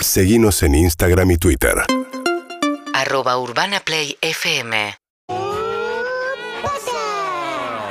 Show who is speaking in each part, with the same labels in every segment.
Speaker 1: Seguimos en Instagram y Twitter.
Speaker 2: Arroba Urbana Play FM.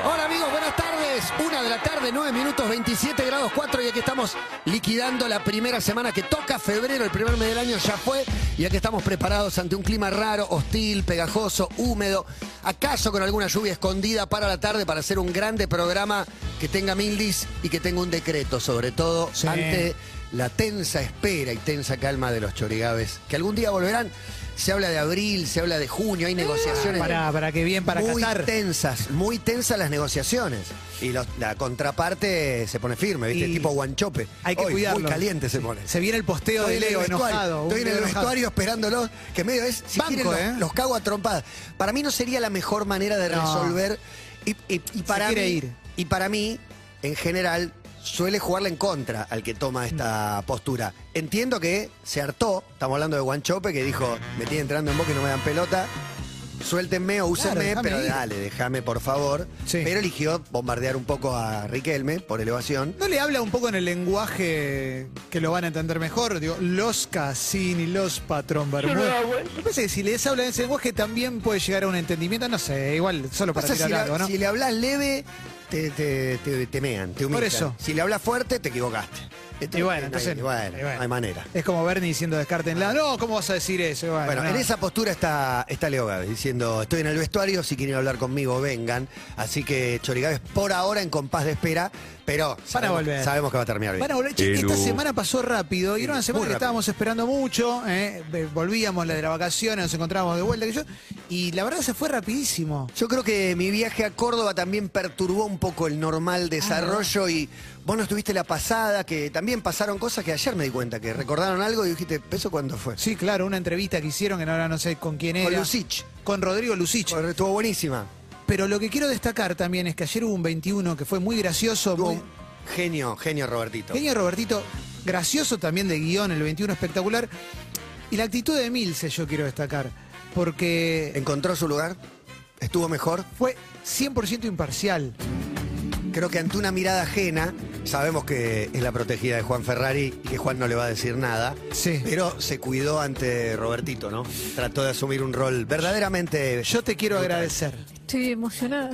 Speaker 3: Hola amigos, buenas tardes. Una de la tarde, 9 minutos 27 grados 4 y aquí estamos liquidando la primera semana que toca febrero, el primer mes del año ya fue y aquí estamos preparados ante un clima raro, hostil, pegajoso, húmedo, acaso con alguna lluvia escondida para la tarde para hacer un grande programa que tenga Mildis y que tenga un decreto, sobre todo ante la tensa espera y tensa calma de los chorigaves, que algún día volverán. Se habla de abril, se habla de junio, hay negociaciones.
Speaker 4: Para, para que bien, para
Speaker 3: muy
Speaker 4: Qatar.
Speaker 3: tensas, muy tensas las negociaciones. Y los- la contraparte se pone firme, ¿viste?
Speaker 4: Y
Speaker 3: tipo guanchope.
Speaker 4: hay que
Speaker 3: Hoy,
Speaker 4: cuidarlo.
Speaker 3: Muy caliente se pone.
Speaker 4: Se viene el posteo de
Speaker 3: en el
Speaker 4: Leo
Speaker 3: vestuario,
Speaker 4: enojado. un
Speaker 3: Estoy en
Speaker 4: Leo
Speaker 3: el
Speaker 4: enojado.
Speaker 3: vestuario esperándolos, que medio es, si
Speaker 4: Banco,
Speaker 3: quieren los,
Speaker 4: ¿eh?
Speaker 3: los cago a trompadas. Para mí no sería la mejor manera de
Speaker 4: No.
Speaker 3: resolver. Y, y- y para
Speaker 4: quiere
Speaker 3: mí,
Speaker 4: ir.
Speaker 3: y para mí, en general, suele jugarle en contra al que toma
Speaker 4: Mm.
Speaker 3: esta postura. Entiendo que se hartó, estamos hablando de Guanchope, que dijo, me tiene entrando en boca y no me dan pelota. Suéltenme o úsenme,
Speaker 4: déjame
Speaker 3: pero
Speaker 4: ir.
Speaker 3: dale, déjame por favor.
Speaker 4: Sí.
Speaker 3: Pero eligió bombardear un poco a Riquelme por elevación.
Speaker 4: ¿No le habla un poco en el lenguaje que lo van a entender mejor? Digo, los Cassini, los Patrón Bermúdez. Me parece que si les habla en ese lenguaje también puede llegar a un entendimiento, no sé, igual solo para
Speaker 3: pasa
Speaker 4: tirar
Speaker 3: si, le-
Speaker 4: algo, ¿no?
Speaker 3: si le hablas leve, te, te, te, te mean, te humillan.
Speaker 4: Por eso.
Speaker 3: Si le hablas fuerte, te equivocaste.
Speaker 4: Y bueno, entonces-
Speaker 3: no hay, bueno,
Speaker 4: y bueno.
Speaker 3: no hay manera.
Speaker 4: Es como Bernie diciendo descártenla. No, ¿cómo vas a decir eso? Bueno,
Speaker 3: Bueno,
Speaker 4: no.
Speaker 3: en esa postura está, está Leo Gávez diciendo, estoy en el vestuario, si quieren hablar conmigo, vengan. Así que Chorigaves por ahora en compás de espera, pero sabemos,
Speaker 4: volver.
Speaker 3: sabemos que va a terminar bien.
Speaker 4: Van a volver. Che,
Speaker 1: Elu.
Speaker 4: esta semana pasó rápido y era una semana
Speaker 3: Muy
Speaker 4: que
Speaker 3: rápido.
Speaker 4: estábamos esperando mucho. ¿eh? Ve- Volvíamos la de la vacaciones, nos encontrábamos de vuelta. qué sé yo, Y la verdad se fue rapidísimo.
Speaker 3: Yo creo que mi viaje a Córdoba también perturbó un poco el
Speaker 4: Ah,
Speaker 3: normal desarrollo y vos no estuviste la pasada, que también pasaron cosas que ayer me di cuenta, que recordaron algo y dijiste, ¿eso cuándo fue?
Speaker 4: Sí, claro, una entrevista que hicieron, que ahora no sé con quién era.
Speaker 3: Con Lucich.
Speaker 4: Con Rodrigo Lucich.
Speaker 3: Estuvo buenísima.
Speaker 4: Pero lo que quiero destacar también es que ayer hubo un 21 que fue muy gracioso.
Speaker 3: Tuvo
Speaker 4: Muy...
Speaker 3: un Genio, genio Robertito.
Speaker 4: Genio Robertito, gracioso también de guión, el 21 espectacular. Y la actitud de Milce yo quiero destacar. Porque
Speaker 3: Encontró su lugar, estuvo mejor.
Speaker 4: fue 100% imparcial.
Speaker 3: Creo que ante una mirada ajena, sabemos que es la protegida de Juan Ferrari y que Juan no le va a decir nada.
Speaker 4: Sí.
Speaker 3: Pero se cuidó ante Robertito, ¿no? Trató de asumir un rol verdaderamente
Speaker 4: Yo te quiero agradecer.
Speaker 5: Estoy emocionada,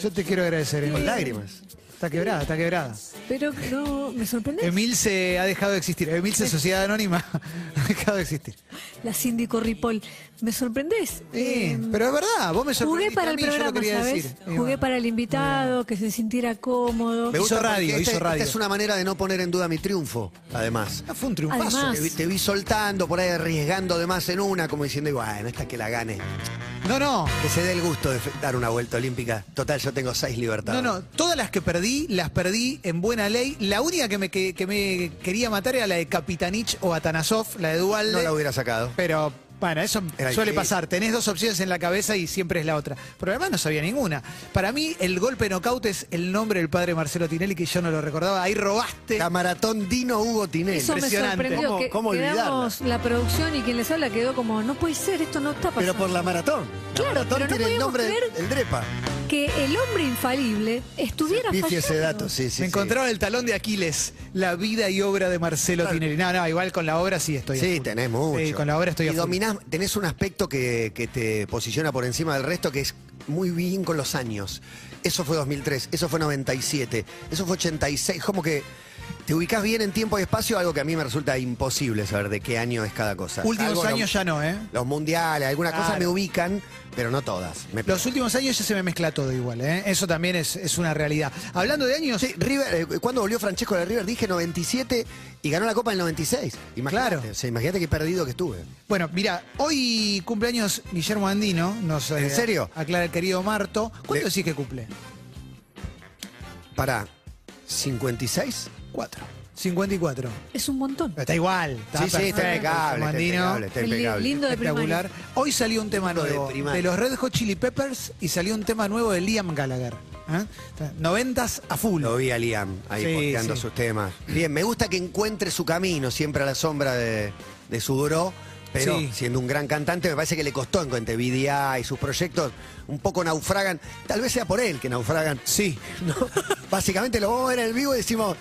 Speaker 4: Yo te quiero agradecer,
Speaker 3: con
Speaker 4: Emil.
Speaker 3: lágrimas.
Speaker 4: Está quebrada, está quebrada.
Speaker 5: pero no me sorprende.
Speaker 4: Emil se ha dejado de existir. Emil se Sociedad Anónima ha dejado de existir.
Speaker 5: La síndico Ripoll, me sorprendés.
Speaker 4: Eh,
Speaker 5: Em,
Speaker 4: pero es verdad, vos me
Speaker 5: jugué
Speaker 4: sorprendiste
Speaker 5: para
Speaker 4: a
Speaker 5: el
Speaker 4: mí, yo lo
Speaker 5: programa,
Speaker 4: quería
Speaker 5: ¿sabes?
Speaker 4: decir.
Speaker 5: Jugué para el invitado, que se sintiera cómodo.
Speaker 3: Me
Speaker 4: Hizo
Speaker 3: gusta porque
Speaker 4: radio,
Speaker 3: esta-
Speaker 4: hizo radio.
Speaker 3: Esta es una manera de no poner en duda mi triunfo, además.
Speaker 4: Ah, fue un triunfazo.
Speaker 5: Además.
Speaker 3: Te vi, te vi soltando, por ahí arriesgando de más en una, como diciendo, "Y bueno, esta que la gane.
Speaker 4: No, no.
Speaker 3: Que se dé el gusto de fe- dar una vuelta olímpica. Total, yo tengo seis
Speaker 4: No,
Speaker 3: libertades.
Speaker 4: no, todas las que perdí, las perdí en buena ley. La única que me, que, que me quería matar era la de Capitanich o Atanasov, la de Dualde.
Speaker 3: No la hubiera sacado.
Speaker 4: Pero bueno, eso
Speaker 3: Era
Speaker 4: suele
Speaker 3: difícil.
Speaker 4: pasar. Tenés dos opciones en la cabeza y siempre es la otra. Pero además no sabía ninguna. Para mí, el golpe knockout es el nombre del padre Marcelo Tinelli, que yo no lo recordaba. Ahí robaste.
Speaker 3: La maratón Dino Hugo Tinelli.
Speaker 5: Este, Eso me
Speaker 4: impresionante.
Speaker 5: sorprendió.
Speaker 3: ¿Cómo-
Speaker 5: que
Speaker 3: cómo olvidarla?
Speaker 5: quedamos la producción y quien les habla quedó como, no puede ser, esto no está pasando.
Speaker 3: Pero por la maratón. La
Speaker 5: Claro,
Speaker 3: maratón
Speaker 5: pero no
Speaker 3: tiene el
Speaker 5: podíamos
Speaker 3: nombre
Speaker 5: creer-
Speaker 3: del Drepa.
Speaker 5: Que el hombre infalible estuviera
Speaker 3: Bifi
Speaker 5: fallando.
Speaker 3: ese dato, sí, sí.
Speaker 4: Me
Speaker 3: sí.
Speaker 4: encontraron el talón de Aquiles, la vida y obra de Marcelo Tinelli. No, no, igual con la obra sí estoy. a
Speaker 3: Sí,
Speaker 4: full.
Speaker 3: tenés mucho.
Speaker 4: Sí, con la obra estoy. a
Speaker 3: Y
Speaker 4: full.
Speaker 3: dominás, tenés un aspecto que, que te posiciona por encima del resto que es muy bien con los años. Eso fue 2003, eso fue 97, eso fue 86. Como que te ubicás bien en tiempo y espacio, algo que a mí me resulta imposible saber de qué año es cada cosa.
Speaker 4: Últimos
Speaker 3: Algo lo-
Speaker 4: años ya no, ¿eh?
Speaker 3: Los mundiales, algunas cosas
Speaker 4: Claro.
Speaker 3: me ubican, pero no todas. Me-
Speaker 4: Los últimos años ya se me mezcla todo igual, ¿eh? Eso también es, es una realidad. Hablando de años,
Speaker 3: Sí, River, eh, cuando volvió Francesco de River dije 97 y ganó la Copa en el 96. Imagínate,
Speaker 4: Claro.
Speaker 3: o sea, imagínate qué perdido que estuve.
Speaker 4: Bueno, mira, hoy cumpleaños Guillermo Andino, nos eh,
Speaker 3: ¿En serio?
Speaker 4: aclara el querido Marto. ¿Cuánto
Speaker 3: Le-
Speaker 4: decís que cumple?
Speaker 3: Para 56.
Speaker 4: Cuatro. 54.
Speaker 5: Es un montón.
Speaker 4: Está igual. Está
Speaker 3: sí, sí, está
Speaker 4: perfecto,
Speaker 3: impecable,
Speaker 4: Guillermo
Speaker 3: está
Speaker 4: Andino.
Speaker 3: impecable, está
Speaker 5: El
Speaker 3: impecable.
Speaker 5: lindo de
Speaker 4: Espectacular.
Speaker 5: primaria.
Speaker 4: Hoy salió un tema
Speaker 3: Lindo de
Speaker 4: nuevo de,
Speaker 3: primaria.
Speaker 4: los Red Hot Chili Peppers y salió un tema nuevo de Liam Gallagher. ¿eh? Está- Noventas a full.
Speaker 3: Lo vi a Liam ahí
Speaker 4: Sí,
Speaker 3: posteando
Speaker 4: sí.
Speaker 3: sus temas. Bien, me gusta que encuentre su camino siempre a la sombra de, de su bro. Pero
Speaker 4: Sí.
Speaker 3: siendo un gran cantante, me parece que le costó encontrar VDA y sus proyectos un poco naufragan. Tal vez sea por él que naufragan.
Speaker 4: Sí.
Speaker 3: ¿no? Básicamente lo vamos a ver en el vivo y decimos,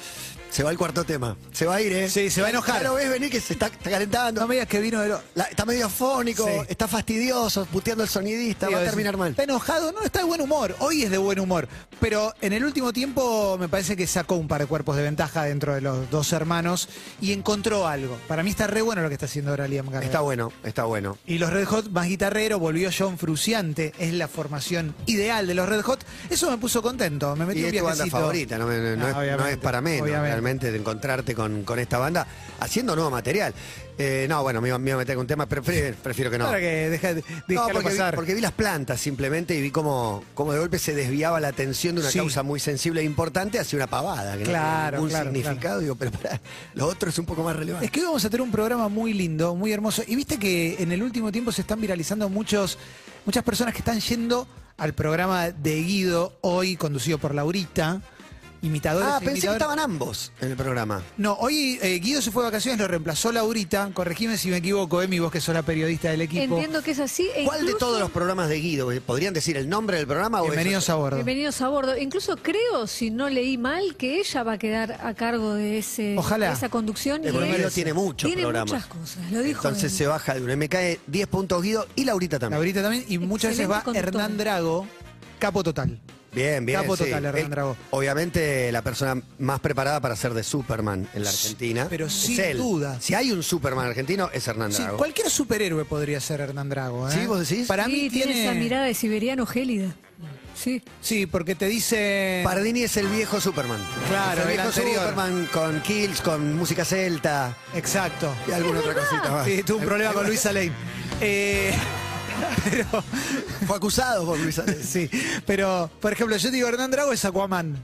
Speaker 3: Se va el cuarto tema. Se va a ir, ¿eh?
Speaker 4: Sí, se va a enojar.
Speaker 3: Ya lo ves venir que se está, está calentando.
Speaker 4: No me digas que vino de lo-
Speaker 3: La- está medio afónico,
Speaker 4: Sí.
Speaker 3: está fastidioso, puteando al sonidista,
Speaker 4: Digo,
Speaker 3: va a
Speaker 4: es-
Speaker 3: terminar mal.
Speaker 4: Está enojado, no, está de buen humor. Hoy es de buen humor. Pero en el último tiempo me parece que sacó un par de cuerpos de ventaja dentro de los dos hermanos y encontró algo. Para mí está re bueno lo que está haciendo ahora Liam Gallagher.
Speaker 3: Está bueno, está bueno.
Speaker 4: Y los Red Hot más guitarrero, volvió John Fruciante, es la formación ideal de los Red Hot. Eso me puso contento, me metí
Speaker 3: Y
Speaker 4: un
Speaker 3: es tu banda
Speaker 4: viajecito.
Speaker 3: favorita, no, no- no
Speaker 4: Ah,
Speaker 3: es- no es,
Speaker 4: obviamente,
Speaker 3: para menos
Speaker 4: obviamente.
Speaker 3: realmente de encontrarte con, con esta banda haciendo nuevo material. Eh, no, bueno, me iba, me iba a meter con un tema, pero prefiero, prefiero que no.
Speaker 4: Ahora que deja,
Speaker 3: No,
Speaker 4: déjalo
Speaker 3: porque vi,
Speaker 4: pasar.
Speaker 3: porque vi las plantas simplemente y vi cómo, cómo de golpe se desviaba la atención de una
Speaker 4: Sí.
Speaker 3: causa muy sensible e importante hacia una pavada. Que
Speaker 4: Claro,
Speaker 3: no tiene ningún
Speaker 4: claro,
Speaker 3: significado. Digo, pero pará, lo otro es un poco más relevante.
Speaker 4: Es que hoy vamos a tener un programa muy lindo, muy hermoso. Y viste que en el último tiempo se están viralizando muchos, muchas personas que están yendo al programa de Guido, hoy conducido por Laurita, imitadores.
Speaker 3: ah,
Speaker 4: e
Speaker 3: pensé que
Speaker 4: imitadores.
Speaker 3: estaban ambos en el programa.
Speaker 4: No, hoy eh, Guido se fue de vacaciones, lo reemplazó Laurita. Corregime si me equivoco, Emi, vos que sos la periodista del equipo.
Speaker 5: Entiendo que es así. e
Speaker 3: ¿Cuál de
Speaker 5: incluso-
Speaker 3: todos los programas de Guido? Eh, ¿Podrían decir el nombre del programa? o eso-
Speaker 4: Bienvenidos a bordo.
Speaker 5: Bienvenidos a bordo. Incluso creo, si no leí mal, que ella va a quedar a cargo de ese
Speaker 4: Ojalá.
Speaker 5: de esa conducción.
Speaker 3: Eh,
Speaker 5: y
Speaker 3: porque
Speaker 5: él
Speaker 3: Guido tiene muchos
Speaker 5: tiene
Speaker 3: programas.
Speaker 5: muchas cosas, lo dijo
Speaker 3: Entonces
Speaker 5: él.
Speaker 3: se baja de uno. Y me cae 10 E, puntos Guido y Laurita también.
Speaker 4: Laurita también. Y muchas veces va
Speaker 5: Excelente conductor.
Speaker 4: Hernán Drago, capo total.
Speaker 3: Bien, bien.
Speaker 4: Capo
Speaker 3: sí.
Speaker 4: total, Hernán
Speaker 3: Él,
Speaker 4: Drago.
Speaker 3: Obviamente la persona más preparada para ser de Superman en la Argentina.
Speaker 4: pero
Speaker 3: es
Speaker 4: sin
Speaker 3: él.
Speaker 4: duda.
Speaker 3: Si hay un Superman argentino, es Hernán
Speaker 4: Sí,
Speaker 3: Drago.
Speaker 4: cualquier superhéroe podría ser Hernán Drago. ¿eh?
Speaker 3: ¿Sí, vos decís?
Speaker 4: Para
Speaker 5: Sí,
Speaker 4: mí
Speaker 5: tiene...
Speaker 4: tiene.
Speaker 5: esa mirada de siberiano gélida. Sí.
Speaker 4: Sí, porque te dice.
Speaker 3: Pardini es el viejo Superman.
Speaker 4: Claro,
Speaker 3: Es el
Speaker 4: el
Speaker 3: viejo
Speaker 4: anterior.
Speaker 3: Superman con Kills, con música celta
Speaker 4: Exacto. Ah.
Speaker 3: y alguna otra cosita más.
Speaker 4: Sí, tuvo un problema con Luisa Lane. Eh, pero,
Speaker 3: Fue acusado por Luis Alén.
Speaker 4: sí, pero, por ejemplo, yo digo, Hernán Drago es Aquaman.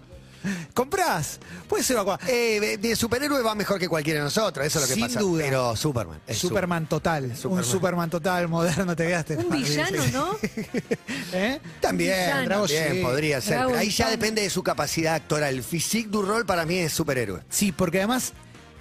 Speaker 4: ¿Comprás? Puede ser Aquaman.
Speaker 3: Eh, de superhéroe va mejor que cualquiera de nosotros, eso es lo que
Speaker 4: Sin
Speaker 3: pasa.
Speaker 4: duda.
Speaker 3: Pero Superman. es
Speaker 4: Superman total.
Speaker 3: Superman.
Speaker 4: Un Superman total moderno, te quedaste.
Speaker 5: Un villano, ¿no?
Speaker 4: ¿Eh?
Speaker 3: También,
Speaker 5: Villano.
Speaker 3: también
Speaker 4: Sí.
Speaker 3: podría ser.
Speaker 5: Drago
Speaker 3: pero ahí
Speaker 5: y
Speaker 3: ya
Speaker 5: Pan.
Speaker 3: depende de su capacidad actoral. El physique du rol para mí es superhéroe.
Speaker 4: Sí, porque además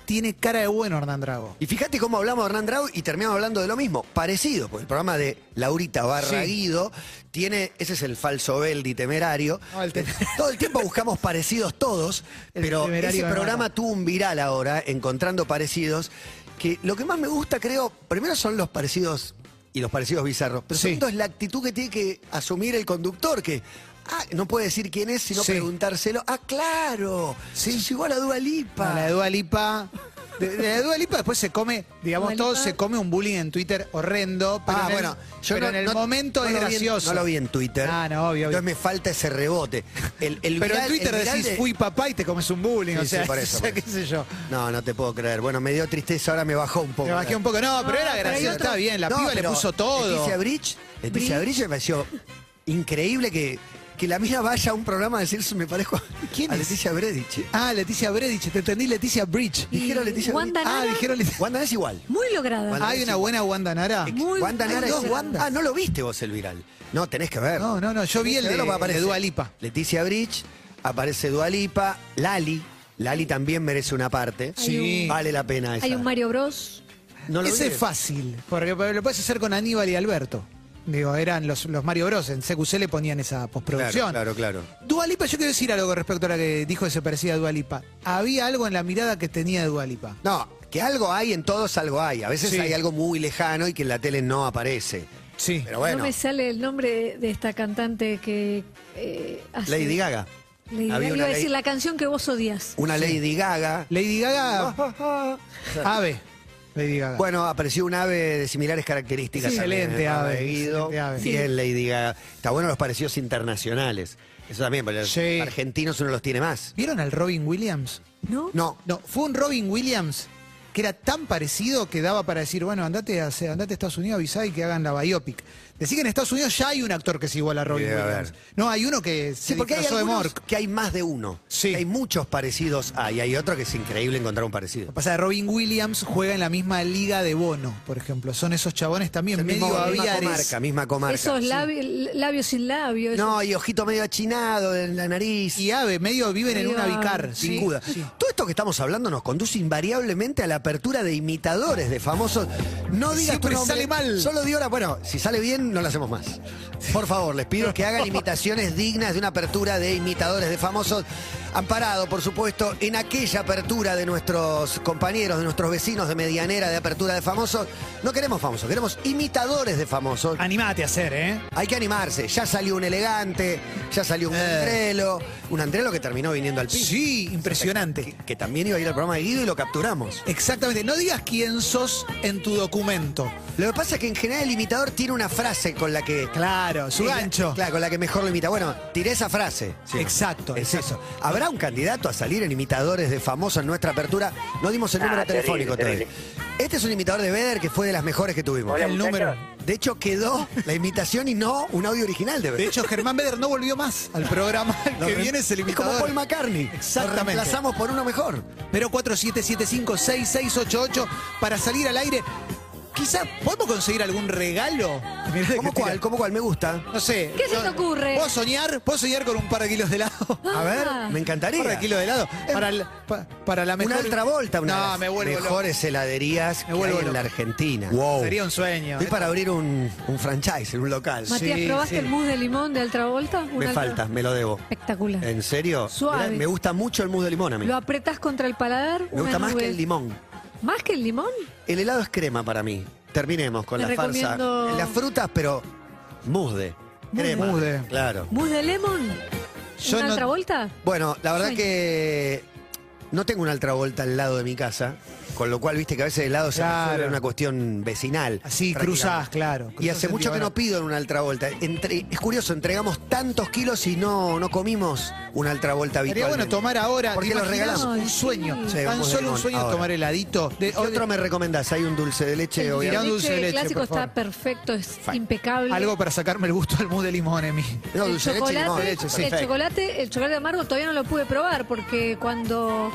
Speaker 4: tiene cara de bueno Hernán Drago.
Speaker 3: Y fíjate cómo hablamos de Hernán Drago y terminamos hablando de lo mismo, parecido, porque el programa de Laurita Barra
Speaker 4: Sí.
Speaker 3: Guido tiene, ese es el falso Beldi temerario.
Speaker 4: No, el te-
Speaker 3: Todo el tiempo buscamos parecidos todos,
Speaker 4: El
Speaker 3: pero
Speaker 4: temerario
Speaker 3: ese
Speaker 4: me
Speaker 3: programa
Speaker 4: mata.
Speaker 3: tuvo un viral ahora, encontrando parecidos, que lo que más me gusta, creo, primero son los parecidos y los parecidos bizarros, pero
Speaker 4: Sí.
Speaker 3: segundo es la actitud que tiene que asumir el conductor, que... Ah, no puede decir quién es, sino
Speaker 4: Sí.
Speaker 3: preguntárselo. Ah, claro. Sí. Llegó a la Dua Lipa.
Speaker 4: No, la de Dua Lipa. De, de la de Dua Lipa después se come, digamos,
Speaker 5: Dua
Speaker 4: todo
Speaker 5: Lipa.
Speaker 4: se come un bullying en Twitter horrendo. Pero
Speaker 3: Ah,
Speaker 4: en el,
Speaker 3: bueno, yo
Speaker 4: pero
Speaker 3: no-
Speaker 4: en el
Speaker 3: no-
Speaker 4: momento
Speaker 3: no
Speaker 4: es
Speaker 3: lo vi en-
Speaker 4: gracioso.
Speaker 3: no lo vi en Twitter.
Speaker 4: Ah, no, obvio, obvio.
Speaker 3: Entonces me falta ese rebote. El, el
Speaker 4: pero en
Speaker 3: viral-
Speaker 4: Twitter
Speaker 3: el viral
Speaker 4: decís,
Speaker 3: de-
Speaker 4: fui papá y te comes un bullying.
Speaker 3: Sí,
Speaker 4: o
Speaker 3: sí,
Speaker 4: sea,
Speaker 3: por eso,
Speaker 4: o
Speaker 3: por
Speaker 4: sea, qué
Speaker 3: eso.
Speaker 4: sé yo.
Speaker 3: No, no te puedo creer. Bueno, me dio tristeza, ahora me bajó un poco.
Speaker 4: Me bajé un poco. No, pero
Speaker 5: No,
Speaker 4: era
Speaker 5: pero hay
Speaker 4: gracioso.
Speaker 5: otro-
Speaker 4: Está bien, la
Speaker 3: No,
Speaker 4: piba le
Speaker 3: pero
Speaker 4: puso todo.
Speaker 3: Leticia Bridge, Leticia Bridge me pareció increíble que, que la mina vaya a un programa a decir, me parezco a,
Speaker 4: ¿Quién
Speaker 3: a
Speaker 4: es?
Speaker 3: Leticia Bridge.
Speaker 4: Ah, Leticia Bredich. Te entendí, Leticia Bridge.
Speaker 5: Y
Speaker 3: Dijeron Leticia
Speaker 5: Wanda
Speaker 3: Bridge.
Speaker 5: Nara.
Speaker 4: Ah, dijeron Leticia.
Speaker 3: Wanda es igual.
Speaker 5: Muy lograda.
Speaker 3: Wanda-
Speaker 4: ¿Hay una buena Wanda Nara?
Speaker 5: Muy
Speaker 3: Wanda
Speaker 5: hay
Speaker 3: Nara es-
Speaker 5: dos Wandas.
Speaker 3: Ah, no lo viste vos el viral. No, tenés que ver.
Speaker 4: No, no, no, yo vi el de- el de Dua Lipa.
Speaker 3: Leticia Bridge, aparece Dualipa, Lali. Lali también merece una parte.
Speaker 4: Sí.
Speaker 3: Vale la pena esa.
Speaker 5: Hay un Mario Bros.
Speaker 3: No lo
Speaker 4: Ese
Speaker 3: vi.
Speaker 4: es fácil, porque lo puedes hacer con Aníbal y Alberto. Digo, eran los, los Mario Bros. En CQC le ponían esa postproducción.
Speaker 3: Claro, claro,
Speaker 4: Dualipa, yo quiero decir algo con respecto a la que dijo que se parecía a Dualipa. Había algo en la mirada que tenía de Dualipa.
Speaker 3: No, que algo hay en todos, algo hay. A veces
Speaker 4: Sí.
Speaker 3: hay algo muy lejano y que en la tele no aparece.
Speaker 4: Sí.
Speaker 3: Pero bueno,
Speaker 5: No me sale el nombre de, de esta cantante que eh, hace-
Speaker 3: Lady Gaga.
Speaker 5: Lady Gaga.
Speaker 3: Había
Speaker 5: Iba
Speaker 3: una,
Speaker 5: a decir
Speaker 3: ley-
Speaker 5: la canción que vos odias.
Speaker 3: una Lady Gaga.
Speaker 4: Lady Gaga. Ave. Lady Gaga.
Speaker 3: Bueno, apareció un ave de similares características.
Speaker 4: Sí,
Speaker 3: también,
Speaker 4: excelente
Speaker 3: ¿eh?
Speaker 4: ave,
Speaker 3: De Guido,
Speaker 4: excelente ave.
Speaker 3: Bien, Lady Gaga. Está bueno los parecidos internacionales. Eso también, porque los
Speaker 4: Sí.
Speaker 3: argentinos uno los tiene más.
Speaker 4: ¿Vieron al Robin Williams?
Speaker 5: ¿No?
Speaker 3: No,
Speaker 4: No, fue un Robin Williams que era tan parecido que daba para decir, bueno, andate a, andate a Estados Unidos, avisá y que hagan la biopic. Decir que en Estados Unidos ya hay un actor que es igual a Robin
Speaker 3: Sí, a
Speaker 4: Williams.
Speaker 3: ver.
Speaker 4: No, hay uno que se
Speaker 3: Sí, porque hay
Speaker 4: disfrazó de
Speaker 3: algunos
Speaker 4: Mork.
Speaker 3: que hay más de uno.
Speaker 4: Sí.
Speaker 3: Que Hay muchos parecidos. Ah, y hay otro que es increíble encontrar un parecido.
Speaker 4: Lo que pasa es que Robin Williams juega en la misma liga de Bono, por ejemplo. Son esos chabones también
Speaker 3: El
Speaker 4: medio
Speaker 3: mismo- misma
Speaker 4: aviares.
Speaker 3: comarca, misma comarca.
Speaker 5: Esos
Speaker 3: Sí.
Speaker 5: labios, labios sin labios.
Speaker 3: No, y ojito medio achinado en la nariz.
Speaker 4: Y ave, medio viven en
Speaker 5: Medio
Speaker 4: una vicar.
Speaker 5: ave.
Speaker 4: sí,
Speaker 3: sin duda.
Speaker 4: sí.
Speaker 3: Todo esto que estamos hablando nos conduce invariablemente a la apertura de imitadores de famosos. No digas
Speaker 4: Siempre
Speaker 3: tu nombre,
Speaker 4: sale mal.
Speaker 3: Solo di hora. Bueno, si sale bien, no lo hacemos más. Por favor, les pido que hagan imitaciones dignas de una apertura de imitadores de famosos. amparado, por supuesto, en aquella apertura de nuestros compañeros, de nuestros vecinos de Medianera, de apertura de famosos. No queremos famosos, queremos imitadores de famosos.
Speaker 4: Animate a hacer, ¿eh?
Speaker 3: Hay que animarse. Ya salió un elegante, ya salió un
Speaker 4: Eh.
Speaker 3: andrelo. Un andrelo que terminó viniendo al piso.
Speaker 4: Sí,
Speaker 3: Que,
Speaker 4: impresionante.
Speaker 3: que también iba a ir al programa de Guido y lo capturamos.
Speaker 4: Exactamente. No digas quién sos en tu documento.
Speaker 3: Lo que pasa es que en general el imitador tiene una frase con la que.
Speaker 4: Claro, su
Speaker 3: Eh,
Speaker 4: gancho.
Speaker 3: Claro, con la que mejor lo imita. Bueno, tiré esa frase.
Speaker 4: Sí. Exacto,
Speaker 3: Es
Speaker 4: exacto.
Speaker 3: eso. ¿Habrá un candidato a salir en imitadores de famosos en nuestra apertura? No dimos el
Speaker 6: Ah,
Speaker 3: número
Speaker 6: terrible,
Speaker 3: telefónico todavía. Este es un imitador de Beder que fue de las mejores que tuvimos.
Speaker 6: Hola,
Speaker 4: El
Speaker 6: muchachos.
Speaker 4: número.
Speaker 3: De hecho, quedó la imitación y no un audio original de
Speaker 4: De
Speaker 3: Beder.
Speaker 4: hecho, Germán Beder no volvió más al programa. El
Speaker 3: Lo
Speaker 4: que
Speaker 3: re-
Speaker 4: viene es el imitador.
Speaker 3: como Paul McCartney.
Speaker 4: Exactamente.
Speaker 3: Lo reemplazamos por uno mejor.
Speaker 4: Pero 4775-6688 para salir al aire. Quizás podemos conseguir algún regalo. Mirá
Speaker 3: ¿Cómo
Speaker 4: que tira.
Speaker 3: cuál? ¿Cómo cuál? Me gusta.
Speaker 4: No sé.
Speaker 5: ¿Qué se
Speaker 4: yo-
Speaker 5: te ocurre?
Speaker 4: ¿Puedo soñar? ¿Puedo soñar con un par de kilos de helado?
Speaker 5: Ah.
Speaker 3: A ver, me
Speaker 4: Un par de
Speaker 3: encantaría.
Speaker 4: kilos de helado. Para, la- pa- para la mejor.
Speaker 3: Una otra vuelta, una de
Speaker 4: No,
Speaker 3: las
Speaker 4: me vuelvo loco.
Speaker 3: mejores heladerías
Speaker 4: Me vuelvo
Speaker 3: que hay en
Speaker 4: loco.
Speaker 3: la Argentina.
Speaker 4: Sería un sueño.
Speaker 3: Estoy para abrir un, un franchise en un local.
Speaker 5: Matías,
Speaker 4: Sí,
Speaker 5: ¿probaste
Speaker 4: sí.
Speaker 5: el mousse de limón de Altra Volta? Un
Speaker 3: Me
Speaker 5: Altra-
Speaker 3: falta, Eh, me lo debo.
Speaker 5: Espectacular.
Speaker 3: ¿En serio?
Speaker 5: Suave.
Speaker 3: Mirá, me gusta mucho el mousse de limón a mí.
Speaker 5: Lo apretás contra el paladar.
Speaker 3: me
Speaker 5: una
Speaker 3: gusta más
Speaker 5: nube.
Speaker 3: que el limón.
Speaker 5: ¿Más que el limón?
Speaker 3: El helado es crema para mí. Terminemos con
Speaker 5: Te
Speaker 3: la farsa.
Speaker 5: recomiendo-
Speaker 3: Las frutas, pero mousse de crema.
Speaker 4: Mousse de.
Speaker 3: Claro.
Speaker 5: ¿Mousse de lemon?
Speaker 4: Yo
Speaker 5: ¿Una
Speaker 4: no-
Speaker 5: Altra Volta?
Speaker 3: Bueno, la verdad
Speaker 5: Sueño.
Speaker 3: que no tengo una altra vuelta al lado de mi casa, con lo cual viste que a veces el helado se
Speaker 4: Claro.
Speaker 3: resuelve en una cuestión vecinal.
Speaker 4: Así cruzás, claro.
Speaker 3: Y
Speaker 4: Cruzás
Speaker 3: hace
Speaker 4: en
Speaker 3: mucho que
Speaker 4: diagonal.
Speaker 3: no pido en una altra vuelta. Entre- es curioso, entregamos tantos kilos y no, no comimos una altra vuelta habitual.
Speaker 4: Estaría bueno tomar ahora.
Speaker 3: Porque
Speaker 4: ¿te
Speaker 3: los
Speaker 4: imaginás?
Speaker 3: regalamos.
Speaker 4: Un sueño.
Speaker 5: Sí,
Speaker 4: Tan
Speaker 3: vamos de
Speaker 4: solo un
Speaker 3: limón,
Speaker 4: sueño
Speaker 3: ahora.
Speaker 4: tomar heladito. De-
Speaker 3: ¿Qué
Speaker 4: o de-
Speaker 3: otro me recomendás? Hay un dulce de leche,
Speaker 5: el
Speaker 4: Tirá
Speaker 3: obviamente.
Speaker 4: un dulce de leche,
Speaker 5: clásico
Speaker 4: por
Speaker 5: está
Speaker 4: favor.
Speaker 5: perfecto, es impecable.
Speaker 4: Algo para sacarme el gusto al mousse de limón, Emi.
Speaker 3: No,
Speaker 5: el
Speaker 3: dulce de leche,
Speaker 5: chocolate,
Speaker 3: y limón. Leche, sí.
Speaker 5: el chocolate, el chocolate amargo todavía no lo pude probar porque cuando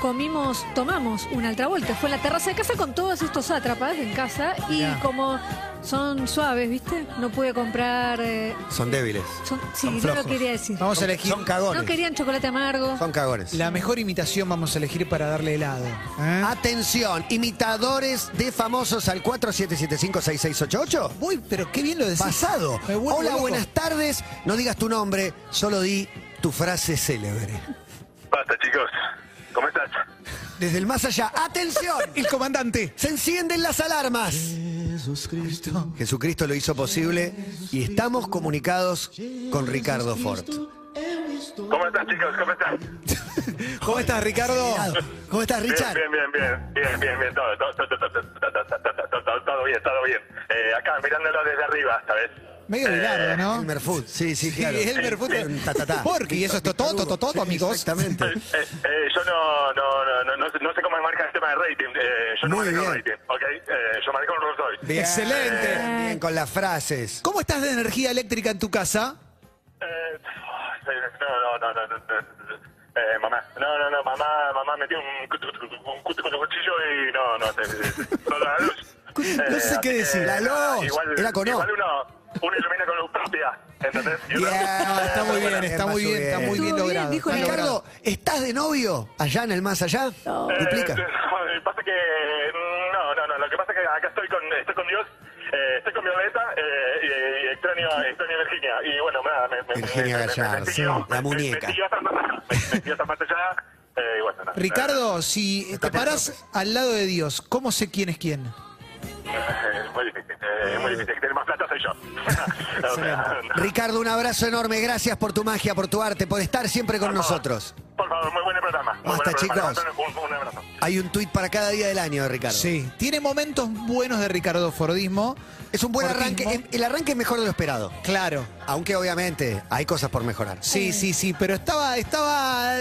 Speaker 5: comimos, tomamos una altra vuelta, fue en la terraza de casa con todos estos sátrapas en casa y
Speaker 4: Mirá.
Speaker 5: como son suaves, ¿viste? No pude comprar eh,
Speaker 3: Son débiles.
Speaker 5: son- sí,
Speaker 3: Son
Speaker 5: no lo
Speaker 3: flojos.
Speaker 5: quería decir.
Speaker 4: Vamos a
Speaker 3: Son-
Speaker 4: elegir.
Speaker 3: Son cagones.
Speaker 5: No querían chocolate amargo.
Speaker 3: Son cagones.
Speaker 4: La mejor imitación vamos a elegir para darle helado. ¿eh?
Speaker 3: Ah, Atención, imitadores de famosos al 47756688.
Speaker 4: Uy, pero qué bien lo decís.
Speaker 3: Pasado.
Speaker 4: Me vuelvo
Speaker 3: Hola,
Speaker 4: loco.
Speaker 3: buenas tardes. No digas tu nombre, solo di tu frase célebre.
Speaker 7: Basta, chicos. ¿Cómo estás?
Speaker 3: Desde el más allá, atención.
Speaker 4: El comandante.
Speaker 3: Se encienden las alarmas. Jesucristo lo hizo posible y estamos comunicados con Ricardo Fort.
Speaker 7: ¿Cómo estás, chicos? ¿Cómo estás? Bien,
Speaker 4: ¿Cómo estás, Ricardo?
Speaker 3: ¿Cómo estás, Richard?
Speaker 7: bien, bien, bien, bien, bien, bien, todo, todo, todo, todo, todo, todo, todo, todo, todo, todo bien, todo bien. Eh, acá, mirándolo desde arriba, ¿sabes?
Speaker 4: Medio de largo, ¿no?
Speaker 3: Elmer Food, sí, sí, claro.
Speaker 4: Sí, Elmer Fudd.
Speaker 3: Ta, ta, ta.
Speaker 4: Porque, y eso es tototo, tototo,
Speaker 3: Sí,
Speaker 4: amigos.
Speaker 3: Exactamente.
Speaker 7: Eh, eh, yo no, no, no, no, no, sé- no sé cómo marca el tema de rating. Eh, yo no
Speaker 3: Muy
Speaker 7: manejo
Speaker 3: bien.
Speaker 7: rating, ¿ok? Eh, yo manejo un Rolls Royce.
Speaker 3: Bien,
Speaker 4: Excelente.
Speaker 3: Bien, con las frases.
Speaker 4: ¿Cómo estás de energía eléctrica en tu casa?
Speaker 7: Eh, no, no, no, no, no, no. Eh, mamá, no, no, no, mamá, mamá metió un, cu- un, cu- un cuchillo y no, no, te, no la luz.
Speaker 3: No sé qué
Speaker 7: así
Speaker 3: decir,
Speaker 7: que,
Speaker 3: la
Speaker 7: nada,
Speaker 3: luz,
Speaker 7: ah, Igual,
Speaker 3: Eh, era con O.
Speaker 7: igual uno, uno ilumina con luz propia, ¿entendés? Y uno-
Speaker 3: Bien,
Speaker 4: está muy bien,
Speaker 3: Es
Speaker 4: está
Speaker 3: más
Speaker 4: muy bien, está muy
Speaker 5: Estuvo
Speaker 4: bien
Speaker 5: bien,
Speaker 4: logrado.
Speaker 5: dijo
Speaker 4: está
Speaker 5: el-
Speaker 4: logrado.
Speaker 3: Ricardo, ¿estás de novio allá en el más allá?
Speaker 7: Eh,
Speaker 3: Duplica.
Speaker 7: no, pasa que mm, no, no, no. Lo que pasa es que acá estoy con, estoy con Dios, eh, estoy con Violeta eh, y, y extraño, extraño a Virginia. Y bueno, nada, me, me,
Speaker 3: Virginia
Speaker 7: me- me- me- me
Speaker 3: Gallardo,
Speaker 7: siguió,
Speaker 3: la
Speaker 7: me- me-
Speaker 3: muñeca.
Speaker 7: Me siguió hasta más allá, me- me siguió hasta más allá, eh, y bueno, nada.
Speaker 4: Ricardo, si te parás al lado de Dios, ¿cómo sé quién es quién?
Speaker 7: Eh, es muy difícil, eh, es muy difícil. El que tiene más plata soy yo. O sea,
Speaker 3: Ricardo, un abrazo enorme. Gracias por tu magia, por tu arte, por estar siempre con nosotros.
Speaker 7: Por favor, muy buen programa. muy
Speaker 3: Basta,
Speaker 7: buen programa.
Speaker 3: chicos.
Speaker 7: Un, un abrazo.
Speaker 3: Hay un tuit para cada día del año de Ricardo.
Speaker 4: Sí. Tiene momentos buenos de Ricardo Fordismo.
Speaker 3: Es un buen
Speaker 4: Fordismo.
Speaker 3: arranque. em- El arranque es mejor de lo esperado.
Speaker 4: Claro.
Speaker 3: Aunque obviamente hay cosas por mejorar.
Speaker 4: Sí, sí, sí, pero estaba, estaba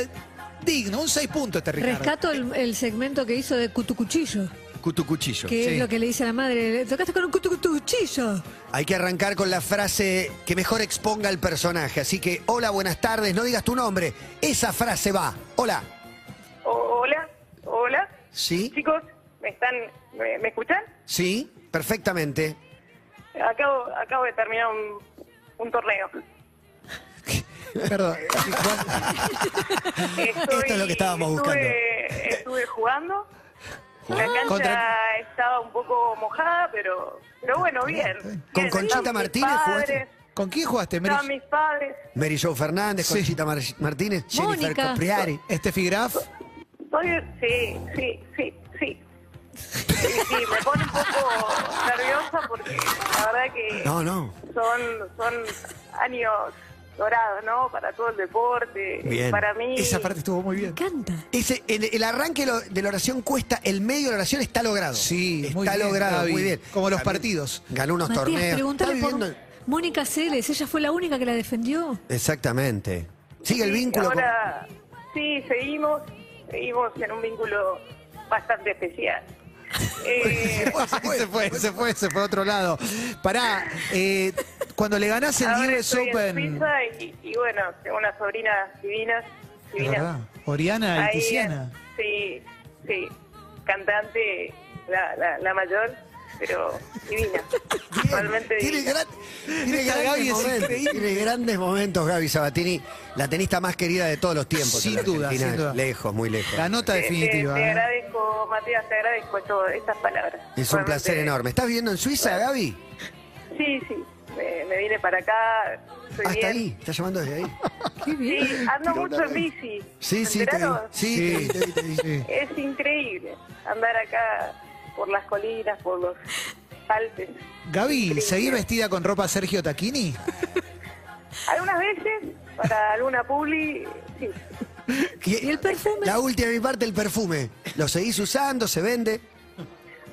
Speaker 4: digno, un 6 puntos este Ricardo.
Speaker 5: Rescato el, el segmento que hizo de cutucuchillo,
Speaker 3: Cutucuchillo.
Speaker 5: que
Speaker 4: Sí.
Speaker 5: es lo que le dice a la madre, tocaste con un cutucuchillo.
Speaker 3: Hay que arrancar con la frase que mejor exponga el personaje. Así que, hola, buenas tardes, no digas tu nombre. Esa frase va. Hola.
Speaker 8: O- hola, hola.
Speaker 3: ¿Sí?
Speaker 8: Chicos, ¿me están, me, me escuchan?
Speaker 3: Sí, perfectamente.
Speaker 8: Acabo, acabo de terminar un, un torneo.
Speaker 4: Perdón.
Speaker 3: Esto es lo que estábamos buscando.
Speaker 8: Estuve, estuve jugando. La cancha
Speaker 4: Contra-
Speaker 8: estaba un poco mojada, pero, pero bueno, bien.
Speaker 3: ¿Con
Speaker 8: Bien,
Speaker 3: Conchita
Speaker 8: estaban mis
Speaker 3: Martínez
Speaker 8: padres,
Speaker 3: jugaste?
Speaker 4: ¿Con quién jugaste, Mary?
Speaker 8: Estaban mis padres.
Speaker 3: Mary Jo Fernández,
Speaker 4: Sí.
Speaker 3: Conchita Mar- Martínez, Jennifer
Speaker 5: Mónica.
Speaker 3: Capriari.
Speaker 4: Steffi Graf.
Speaker 8: Soy de- Sí, sí, sí, sí. Sí, sí, me pone un poco nerviosa porque la verdad que
Speaker 3: No, no.
Speaker 8: son, son años dorados, ¿no? Para todo el deporte,
Speaker 3: Bien.
Speaker 8: para mí.
Speaker 4: Esa parte estuvo muy bien.
Speaker 5: encanta.
Speaker 3: Ese, el, el arranque lo- de la oración cuesta, el medio de la oración está logrado.
Speaker 4: Sí,
Speaker 3: está
Speaker 4: muy bien,
Speaker 3: logrado,
Speaker 4: Gaby.
Speaker 3: muy bien.
Speaker 4: Como los partidos.
Speaker 3: Ganó unos
Speaker 5: Matías,
Speaker 3: torneos. Está
Speaker 5: pregúntale por
Speaker 3: viviendo-
Speaker 5: Mónica Celes, ella fue la única que la defendió.
Speaker 3: Exactamente. Sigue el
Speaker 8: Sí,
Speaker 3: vínculo. con-
Speaker 8: Ahora, sí, seguimos, seguimos en un vínculo bastante especial. Eh,
Speaker 4: se, fue, se fue, se fue, se fue a otro lado. Pará, eh, cuando le ganás el
Speaker 8: ahora
Speaker 4: US
Speaker 8: estoy en
Speaker 4: Open.
Speaker 8: Suiza y, y bueno, tengo unas sobrinas divinas,
Speaker 4: Es
Speaker 8: divinas.
Speaker 4: verdad.
Speaker 3: Ah,
Speaker 4: Oriana y
Speaker 8: Ahí,
Speaker 4: Tiziana.
Speaker 8: Sí, sí, cantante, la, la, la mayor, pero divina.
Speaker 3: Bien.
Speaker 8: Realmente
Speaker 3: Tiene,
Speaker 8: divina.
Speaker 3: gran- tiene
Speaker 4: Esta
Speaker 3: grandes
Speaker 4: Gaby es
Speaker 3: momentos,
Speaker 4: increíble.
Speaker 3: tiene grandes momentos, Gaby Sabatini, la tenista más querida de todos los tiempos.
Speaker 4: Sin
Speaker 3: en la
Speaker 4: duda,
Speaker 3: Argentina.
Speaker 4: sin duda.
Speaker 3: Lejos, muy lejos.
Speaker 4: La nota
Speaker 8: Te- te-
Speaker 4: definitiva.
Speaker 8: Te,
Speaker 4: ¿eh?
Speaker 8: agradezco, Matías, te agradezco esto- estas palabras.
Speaker 3: Es un
Speaker 8: Realmente-
Speaker 3: placer enorme. ¿Estás viviendo en Suiza, Gaby?
Speaker 8: Sí, sí, me, me vine para acá. estoy
Speaker 3: Hasta
Speaker 8: bien.
Speaker 3: Ah, ahí, ¿estás llamando desde ahí?
Speaker 5: Qué bien.
Speaker 8: Sí, ando mucho en bici.
Speaker 3: Sí,
Speaker 8: ¿Me
Speaker 3: sí, te vi.
Speaker 8: enteraron?
Speaker 3: Sí, te vi, te vi, te vi.
Speaker 4: Sí.
Speaker 8: Es increíble andar acá por las colinas, por los Alpes.
Speaker 4: Gaby, ¿seguís vestida con ropa Sergio Taquini?
Speaker 8: Algunas veces, para alguna publi, sí.
Speaker 5: ¿Y el perfume?
Speaker 3: La última de mi parte, el perfume. ¿Lo seguís usando? ¿Se vende?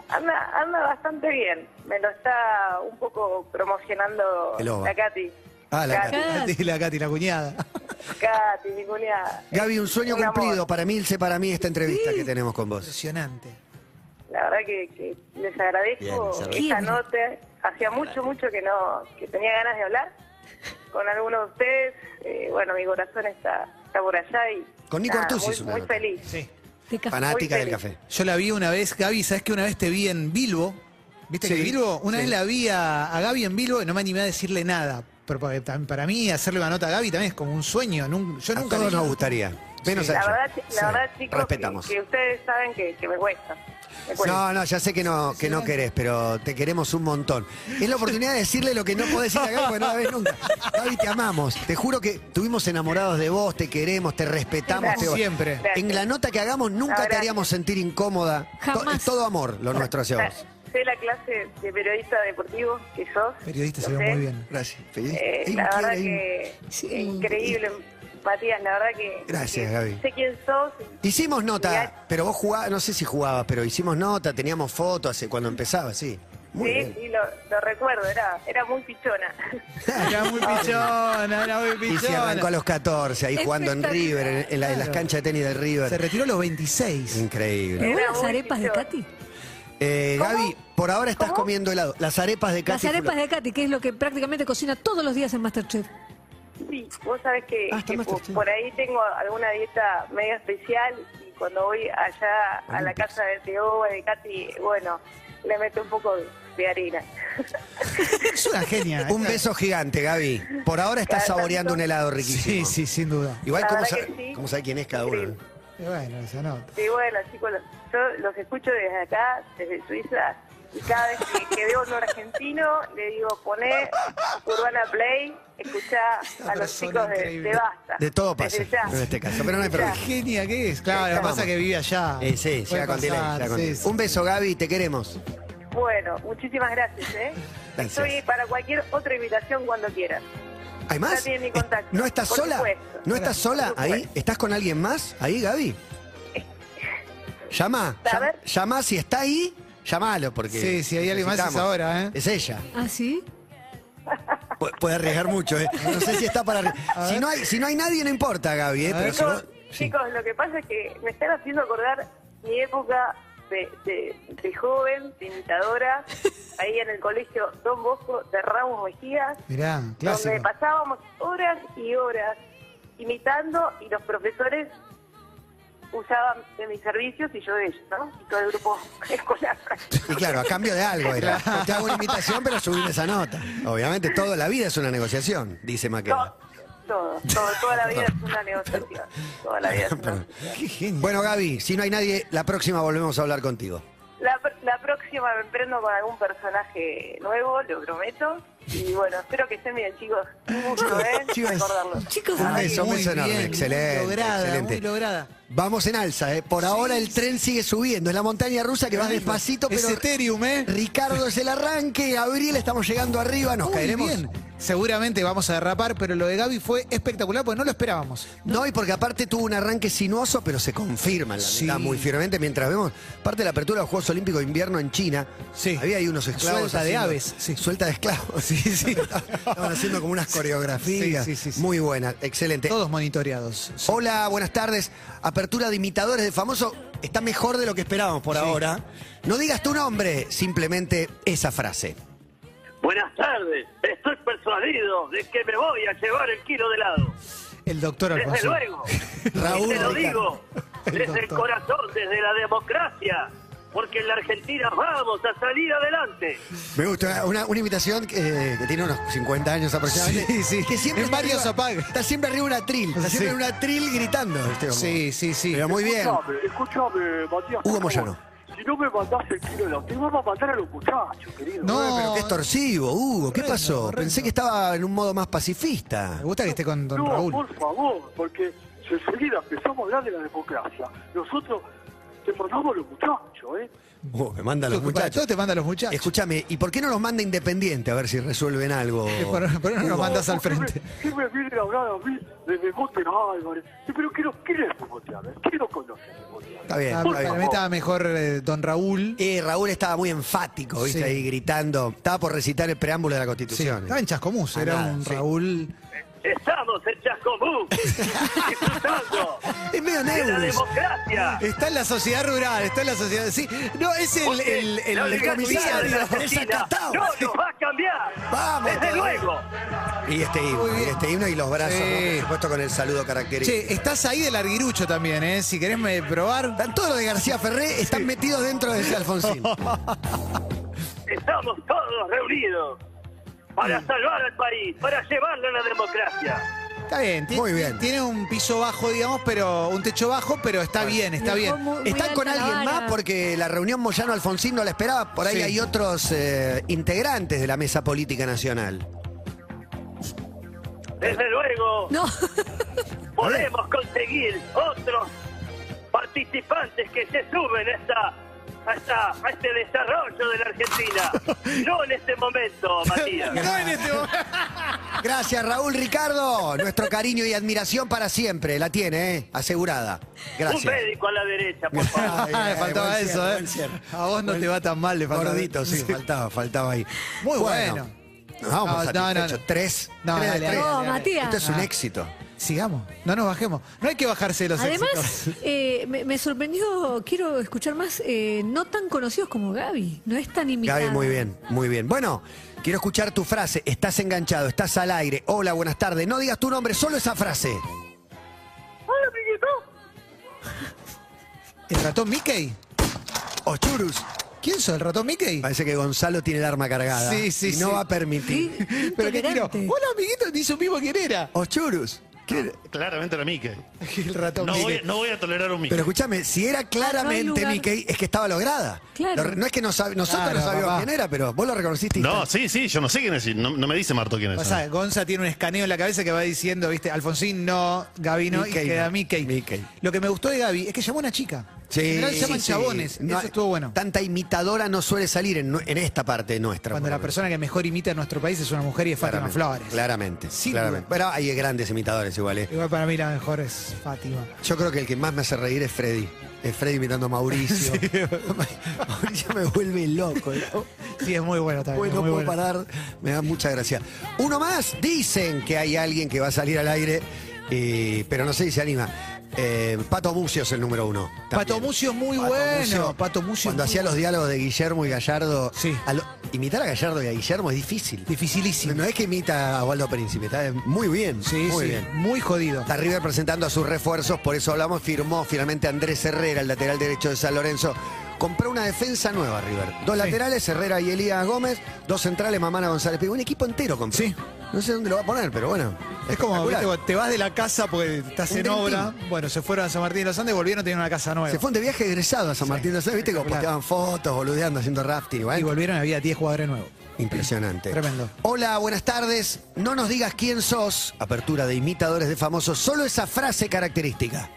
Speaker 8: Anda, anda bastante bien. Me lo está un poco promocionando
Speaker 3: El OVA.
Speaker 8: la Katy.
Speaker 3: Ah, la Katy.
Speaker 5: Ah.
Speaker 4: Katy, la Katy, la cuñada.
Speaker 8: Katy, mi cuñada.
Speaker 3: Gaby, un sueño
Speaker 8: Un amor.
Speaker 3: cumplido para Milce, para mí, esta entrevista que tenemos con vos.
Speaker 4: Impresionante.
Speaker 8: La verdad que, que les
Speaker 3: Bien,
Speaker 8: agradezco
Speaker 3: les agradezco.
Speaker 8: esta nota. Hacía mucho, mucho que no que tenía ganas de hablar con alguno de ustedes. Eh, bueno, mi corazón está, está por allá y
Speaker 3: Con Nico Artusi
Speaker 8: muy,
Speaker 3: es una
Speaker 8: muy
Speaker 3: nota.
Speaker 8: feliz.
Speaker 4: Sí.
Speaker 5: De café.
Speaker 3: Fanática
Speaker 8: Muy
Speaker 3: del
Speaker 8: feliz.
Speaker 3: café.
Speaker 4: Yo la vi una vez, Gaby, ¿sabes que una vez te vi en Bilbo? ¿Viste
Speaker 3: Sí,
Speaker 4: que Bilbo? Una
Speaker 3: sí.
Speaker 4: vez la vi a, a Gaby en Bilbo y no me animé a decirle nada. Pero para, tam- para mí, hacerle una nota a Gaby también es como un sueño. nun- yo
Speaker 3: A
Speaker 4: nunca
Speaker 3: todos
Speaker 4: le-
Speaker 3: nos gustaría. Menos a
Speaker 8: La
Speaker 3: ella.
Speaker 8: verdad, chi- la
Speaker 3: Sí.
Speaker 8: verdad chicos, que,
Speaker 3: Respetamos.
Speaker 8: que ustedes saben que, que me cuesta. Me cuesta.
Speaker 3: No, no, ya sé que no, que no querés, pero te queremos un montón. Es la oportunidad de decirle lo que no podés decir a Gaby porque no la ves nunca. Gaby, te amamos. Te juro que estuvimos enamorados de vos, te queremos, te respetamos. te-
Speaker 4: Siempre.
Speaker 3: En la nota que hagamos nunca te
Speaker 8: Abrazo.
Speaker 3: haríamos sentir incómoda. To-
Speaker 5: Jamás.
Speaker 3: Es todo amor lo nuestro hacia
Speaker 8: La-
Speaker 3: vos.
Speaker 8: sé la clase de periodista deportivo que sos.
Speaker 4: Periodista se
Speaker 8: lo
Speaker 4: ve
Speaker 8: sé.
Speaker 4: muy bien.
Speaker 3: Gracias.
Speaker 8: Eh,
Speaker 3: Increíble.
Speaker 8: la verdad que increíble, Matías, la verdad que...
Speaker 3: Gracias,
Speaker 8: que
Speaker 3: Gaby.
Speaker 8: Sé quién sos.
Speaker 3: Hicimos nota, pero vos jugabas, no sé si jugabas, pero hicimos nota, teníamos fotos hace cuando empezaba, sí. Muy
Speaker 8: sí,
Speaker 3: bien.
Speaker 8: sí, lo, lo recuerdo, era, era muy pichona.
Speaker 4: Era muy pichona, era muy
Speaker 3: Y se arrancó a
Speaker 4: pichona.
Speaker 3: los 14, ahí jugando en River, en, en la- en las canchas de tenis de
Speaker 4: Se
Speaker 3: River.
Speaker 4: retiró a los 26.
Speaker 5: ¿Te
Speaker 3: Increíble.
Speaker 5: gustan las
Speaker 8: Era muy
Speaker 5: arepas de
Speaker 8: chistoso.
Speaker 5: Katy?
Speaker 3: Eh, Gaby, por ahora estás
Speaker 8: ¿Cómo?
Speaker 3: comiendo helado. Las arepas de
Speaker 5: Las
Speaker 3: Katy.
Speaker 5: arepas de Katy, que es lo que prácticamente cocina todos los días en Masterchef.
Speaker 8: Sí, vos sabés que,
Speaker 3: Ah, está
Speaker 8: que
Speaker 3: Masterchef.
Speaker 8: por, por ahí tengo alguna dieta medio especial y cuando voy allá a la casa de Teo y de Katy, bueno, le meto un poco de, de harina.
Speaker 4: Es una genia.
Speaker 3: Un
Speaker 4: esta.
Speaker 3: beso gigante, Gaby. Por ahora estás
Speaker 8: Cada
Speaker 3: saboreando
Speaker 8: tanto.
Speaker 3: un helado riquísimo.
Speaker 4: Sí, sí, sin duda.
Speaker 3: Igual,
Speaker 8: La
Speaker 3: ¿cómo,
Speaker 8: verdad
Speaker 3: sa-
Speaker 8: que sí.
Speaker 3: cómo sabe quién es cada uno?
Speaker 8: Increíble.
Speaker 4: Y Bueno, esa nota.
Speaker 8: Y bueno, chicos, los- yo los escucho desde acá, desde Suiza, y cada vez que, que veo un argentino, le digo, poné Urbana Play, escuchá a los
Speaker 4: persona
Speaker 8: chicos de,
Speaker 4: increíble.
Speaker 8: de Basta.
Speaker 3: De todo pasa
Speaker 8: Desde ya.
Speaker 3: en este caso, pero no hay
Speaker 8: Desde
Speaker 3: problema.
Speaker 8: ya.
Speaker 4: Genia que es. Claro, lo que pasa es que vive allá.
Speaker 3: Eh, sí,
Speaker 4: Puede
Speaker 3: llega con delay,
Speaker 4: pasar,
Speaker 3: llega con
Speaker 4: sí,
Speaker 3: delay.
Speaker 4: sí.
Speaker 3: Un beso, Gaby, te queremos.
Speaker 8: Bueno, muchísimas gracias, ¿eh?
Speaker 3: Gracias.
Speaker 8: Estoy para cualquier otra invitación cuando quieras.
Speaker 3: ¿Hay más? Eh,
Speaker 8: Ya tiene mi contacto,
Speaker 3: ¿No estás
Speaker 8: por
Speaker 3: sola?
Speaker 8: supuesto.
Speaker 3: ¿No estás sola
Speaker 8: Por
Speaker 3: ahí?
Speaker 8: supuesto.
Speaker 3: ¿Estás con alguien más ahí, Gaby? Llama,
Speaker 8: A ver.
Speaker 3: llama si está ahí, llamalo porque
Speaker 4: Sí, si hay alguien más es
Speaker 3: necesitamos.
Speaker 4: ahora, ¿eh?
Speaker 3: Es ella.
Speaker 5: ¿Ah, sí?
Speaker 3: Pu- puede arriesgar mucho, ¿eh? No sé si está para arri- si no hay si no hay nadie no importa, Gaby, ¿eh? Pero si
Speaker 8: Chicos,
Speaker 3: vos-
Speaker 8: chicos, lo que pasa es que me están haciendo acordar mi época de, de- de joven, de imitadora, ahí en el colegio Don Bosco de Ramos Mejía,
Speaker 4: Mirá, clásico.
Speaker 8: donde pasábamos horas y horas imitando y los profesores usaban de mis servicios y yo de ellos, ¿no? Y todo el grupo escolar.
Speaker 3: Y claro, a cambio de algo era. Te hago una invitación, pero subime esa nota. Obviamente, toda la vida es una negociación, dice Maqueda.
Speaker 8: Todo, todo, todo, toda la vida es una negociación. Toda la vida es una
Speaker 3: Bueno, Gaby, si no hay nadie, la próxima volvemos a hablar contigo.
Speaker 8: La, pr- la próxima próxima me prendo con algún personaje nuevo, lo prometo. Y bueno, espero que estén bien, chicos. Un gusto, ¿eh?
Speaker 4: Chicos,
Speaker 8: Recordarlos.
Speaker 5: Chicos,
Speaker 3: Un
Speaker 5: ay,
Speaker 3: beso, un
Speaker 4: Muy
Speaker 3: beso enorme.
Speaker 4: bien, muy
Speaker 3: excelente.
Speaker 4: lograda,
Speaker 3: excelente.
Speaker 4: muy lograda.
Speaker 3: Vamos en alza, ¿eh? Por ahora el tren sigue subiendo. Es la montaña rusa que va despacito,
Speaker 4: Es
Speaker 3: pero.
Speaker 4: Ethereum, ¿eh?
Speaker 3: Ricardo es el arranque, Abril estamos llegando arriba, nos
Speaker 4: Muy
Speaker 3: caeremos.
Speaker 4: bien. Seguramente vamos a derrapar, pero lo de Gaby fue espectacular porque no lo esperábamos.
Speaker 3: No, y porque aparte tuvo un arranque sinuoso, pero se confirma la
Speaker 4: Sí.
Speaker 3: mitad muy firmemente mientras vemos parte de la apertura de los Juegos Olímpicos de Invierno en China.
Speaker 4: Sí.
Speaker 3: Había ahí unos esclavos.
Speaker 4: Suelta de aves, sí.
Speaker 3: Suelta de esclavos. Sí, sí. Estaban haciendo como unas coreografías.
Speaker 4: Sí, sí, sí, sí.
Speaker 3: Muy buenas, excelente.
Speaker 4: Todos monitoreados. Sí.
Speaker 3: Hola, buenas tardes. Apertura de imitadores de famoso está mejor de lo que esperábamos por ahora. No digas tu nombre, simplemente esa frase.
Speaker 6: Buenas tardes, estoy persuadido de que me voy a llevar el kilo de helado.
Speaker 4: El doctor
Speaker 6: Desde
Speaker 4: Alfonso.
Speaker 6: luego,
Speaker 3: Raúl
Speaker 6: y te lo
Speaker 3: Ricardo.
Speaker 6: digo,
Speaker 4: El
Speaker 6: desde el
Speaker 4: doctor.
Speaker 6: corazón, desde la democracia, porque en la Argentina vamos a salir adelante.
Speaker 3: Me gusta, una, una invitación eh, que tiene unos 50 años aproximadamente.
Speaker 4: Sí, sí.
Speaker 3: Que siempre
Speaker 4: En
Speaker 3: está
Speaker 4: varios
Speaker 3: arriba-
Speaker 4: apaga.
Speaker 3: Está siempre arriba un atril. Está siempre
Speaker 4: Sí.
Speaker 3: en un atril gritando. este hombre.
Speaker 4: Sí, sí, sí.
Speaker 3: Pero muy bien.
Speaker 6: escúchame, Matías.
Speaker 3: Hugo Moyano.
Speaker 6: Si no me mandás el kilo de helado, te vamos a matar a los muchachos, querido.
Speaker 4: No,
Speaker 3: Pero qué extorsivo, Hugo. ¿Qué
Speaker 4: Horrendo,
Speaker 3: pasó?
Speaker 4: horrendo.
Speaker 3: Pensé que estaba en un modo más pacifista.
Speaker 4: Me gusta que esté con don
Speaker 6: no,
Speaker 4: Raúl.
Speaker 6: por favor, porque si enseguida empezamos a hablar de la democracia, nosotros te formamos los muchachos, ¿eh?
Speaker 3: Uh, me mandan los
Speaker 4: Para
Speaker 3: muchachos.
Speaker 4: todo te manda a los muchachos.
Speaker 3: Escúchame, ¿y por qué no los manda Independiente a ver si resuelven algo?
Speaker 4: Por, por no nos mandas al
Speaker 6: ¿Por qué me-
Speaker 4: frente.
Speaker 6: ¿Qué me viene a hablar a mí de Demote Álvarez? Sí, Pero quiero, quiero ver, quiero conocer Demote
Speaker 3: Está bien,
Speaker 4: Ah,
Speaker 3: está
Speaker 4: para mí
Speaker 3: bien.
Speaker 4: estaba mejor eh, don Raúl.
Speaker 3: Eh, Raúl estaba muy enfático, ¿viste?
Speaker 4: Sí.
Speaker 3: Ahí gritando. Estaba por recitar el preámbulo de la
Speaker 4: Sí,
Speaker 3: Constitución.
Speaker 4: estaba en Chascomús,
Speaker 3: Ah,
Speaker 4: era
Speaker 3: nada,
Speaker 4: un
Speaker 3: sí.
Speaker 4: Raúl.
Speaker 6: Estamos en Chascomú, disfrutando
Speaker 3: Es
Speaker 6: de
Speaker 3: medio
Speaker 6: la
Speaker 3: Neus.
Speaker 6: democracia.
Speaker 4: Está en la sociedad rural, está en la sociedad. Sí, no, es el, el, el-
Speaker 6: La libertad
Speaker 4: el
Speaker 6: de
Speaker 4: comisario.
Speaker 6: la
Speaker 3: es
Speaker 6: Argentina
Speaker 3: acatado.
Speaker 6: no nos va a cambiar.
Speaker 3: Vamos,
Speaker 6: Desde
Speaker 3: todavía.
Speaker 6: luego.
Speaker 3: Y este himno,
Speaker 4: Muy
Speaker 3: y
Speaker 4: bien.
Speaker 3: este himno y los brazos,
Speaker 4: Sí.
Speaker 3: ¿no? por supuesto, con el saludo característico.
Speaker 4: Che, estás ahí del arguirucho también, ¿eh? Si querés me probar.
Speaker 3: Están todos los de García Ferré, están metidos dentro de ese Alfonsín.
Speaker 6: Estamos todos reunidos para salvar al país, para llevarlo a la democracia.
Speaker 4: Está bien, ti-
Speaker 3: Muy bien.
Speaker 4: Tiene un piso bajo, digamos, pero un techo bajo, pero está bien, está
Speaker 5: Dejó
Speaker 4: bien.
Speaker 5: muy- muy
Speaker 3: ¿Están con
Speaker 5: alta la
Speaker 3: alguien
Speaker 5: vara.
Speaker 3: más? Porque la reunión Moyano-Alfonsín no la esperaba. Por ahí
Speaker 4: Sí.
Speaker 3: hay otros eh, integrantes de la mesa política nacional.
Speaker 6: Desde luego.
Speaker 5: No,
Speaker 6: podemos conseguir otros participantes que se suben este a, esta, a, esta- a este desarrollo de la Argentina. No en este momento, Matías.
Speaker 4: en este
Speaker 3: Gracias, Raúl Ricardo. Nuestro cariño y admiración para siempre. La tiene, ¿eh? Asegurada.
Speaker 6: Un
Speaker 3: Gracias.
Speaker 6: médico a la derecha, por favor.
Speaker 3: Ay, ay,
Speaker 4: faltaba
Speaker 3: buen
Speaker 4: eso,
Speaker 3: cierre,
Speaker 4: ¿eh?
Speaker 3: buen cierre.
Speaker 4: A vos no te va tan mal, le faltaba.
Speaker 3: Gordito, sí, faltaba, faltaba ahí.
Speaker 4: Muy bueno.
Speaker 3: Nos Vamos,
Speaker 4: No, no,
Speaker 3: satisfechos.
Speaker 4: no, no.
Speaker 3: Tres.
Speaker 4: No,
Speaker 3: tres de
Speaker 4: dale,
Speaker 3: tres.
Speaker 4: dale,
Speaker 5: no,
Speaker 4: dale.
Speaker 5: Matías.
Speaker 3: Esto es un
Speaker 4: Ah.
Speaker 3: éxito.
Speaker 4: Sigamos, no nos bajemos. No hay que bajarse de los éxitos.
Speaker 5: Además, eh, me, me sorprendió, quiero escuchar más, eh, no tan conocidos como Gaby, no es tan imitada.
Speaker 3: Gaby, muy bien, muy bien. Bueno, quiero escuchar tu frase. Estás enganchado, estás al aire. Hola, buenas tardes. No digas tu nombre, solo esa frase.
Speaker 6: Hola, amiguito.
Speaker 4: ¿El ratón Mickey?
Speaker 3: O churus.
Speaker 4: ¿Quién sos? ¿El ratón Mickey?
Speaker 3: Parece que Gonzalo tiene el arma cargada.
Speaker 4: Sí, sí,
Speaker 3: Y no
Speaker 4: sí.
Speaker 3: va a permitir.
Speaker 5: Qué
Speaker 4: ¿Pero qué tiro?
Speaker 5: intolerante.
Speaker 4: Hola, amiguito, ni supimos quién era.
Speaker 3: O churus. ¿Qué-
Speaker 9: Claramente era Mickey.
Speaker 4: El ratón
Speaker 9: No voy,
Speaker 4: Mickey.
Speaker 9: no voy a tolerar un Mickey.
Speaker 3: Pero escúchame, si era claramente
Speaker 5: lugar.
Speaker 3: Mickey, es que estaba lograda.
Speaker 5: Claro.
Speaker 3: Lo- No es que no sab- nosotros
Speaker 4: Claro,
Speaker 3: no sabíamos
Speaker 4: papá.
Speaker 3: quién era, pero vos lo reconociste.
Speaker 9: No,
Speaker 3: instant-
Speaker 9: sí, sí, yo no sé quién es. y No, no me dice Marto quién es.
Speaker 4: Pasa, Gonza tiene un escaneo en la cabeza que va diciendo, viste, Alfonsín no, Gaby no,
Speaker 3: Mickey
Speaker 4: y queda
Speaker 3: no.
Speaker 4: Mickey.
Speaker 3: Mickey.
Speaker 4: Lo que me gustó de Gaby es que llamó a una chica. en general llaman
Speaker 3: sí.
Speaker 4: chabones,
Speaker 3: No,
Speaker 4: eso estuvo bueno.
Speaker 3: Tanta imitadora no suele salir en, en esta parte nuestra.
Speaker 4: Cuando
Speaker 3: por
Speaker 4: la
Speaker 3: lo menos.
Speaker 4: persona que mejor imita en nuestro país es una mujer y es Fátima
Speaker 3: Claramente,
Speaker 4: Flores.
Speaker 3: Claramente,
Speaker 4: Sin
Speaker 3: claramente.
Speaker 4: duda.
Speaker 3: Pero hay grandes imitadores igual, ¿eh?
Speaker 4: Igual para mí la mejor es Fátima.
Speaker 3: Yo creo que el que más me hace reír es Freddy. Es Freddy imitando a Mauricio. Mauricio me vuelve loco. ¿no?
Speaker 4: Sí, es muy bueno también.
Speaker 3: Bueno,
Speaker 4: es muy
Speaker 3: Pues puedo
Speaker 4: bueno.
Speaker 3: parar. Me da mucha gracia. Uno más. Dicen que hay alguien que va a salir al aire, eh, pero no sé si se anima. Eh, Pato Mucio es el número uno. también.
Speaker 4: Pato Mucio es muy
Speaker 3: Pato
Speaker 4: bueno.
Speaker 3: Mucio,
Speaker 4: Pato Mucio.
Speaker 3: Cuando
Speaker 4: es muy
Speaker 3: hacía los diálogos de Guillermo y Gallardo.
Speaker 4: Sí.
Speaker 3: a lo- imitar a Gallardo y a Guillermo es difícil.
Speaker 4: Dificilísimo.
Speaker 3: No es que imita a Waldo Príncipe, está muy bien.
Speaker 4: Sí,
Speaker 3: muy
Speaker 4: sí,
Speaker 3: bien.
Speaker 4: muy jodido.
Speaker 3: Está River presentando a sus refuerzos, por eso hablamos, firmó finalmente Andrés Herrera, el lateral derecho de San Lorenzo. Compró una defensa nueva, River. Dos laterales, Herrera y Elías Gómez, dos centrales, Mamana González Pico. Un equipo entero compró.
Speaker 4: Sí.
Speaker 3: No sé dónde lo va a poner, pero bueno.
Speaker 4: Es como,
Speaker 3: espectacular.
Speaker 4: ¿viste? Vos te vas de la casa porque estás
Speaker 3: Un
Speaker 4: en
Speaker 3: dream
Speaker 4: obra. Bueno, se fueron a San Martín de los Andes, volvieron, tenían una casa nueva.
Speaker 3: Se fueron de viaje egresado a San Martín de San, viste, como
Speaker 4: espectacular.
Speaker 3: posteaban fotos, boludeando, haciendo rafting,
Speaker 4: Y
Speaker 3: ¿vale?
Speaker 4: volvieron, había 10 jugadores nuevos.
Speaker 3: Impresionante.
Speaker 4: Tremendo.
Speaker 3: Hola, buenas tardes. No nos digas quién sos. Apertura de imitadores de famosos. Solo esa frase característica.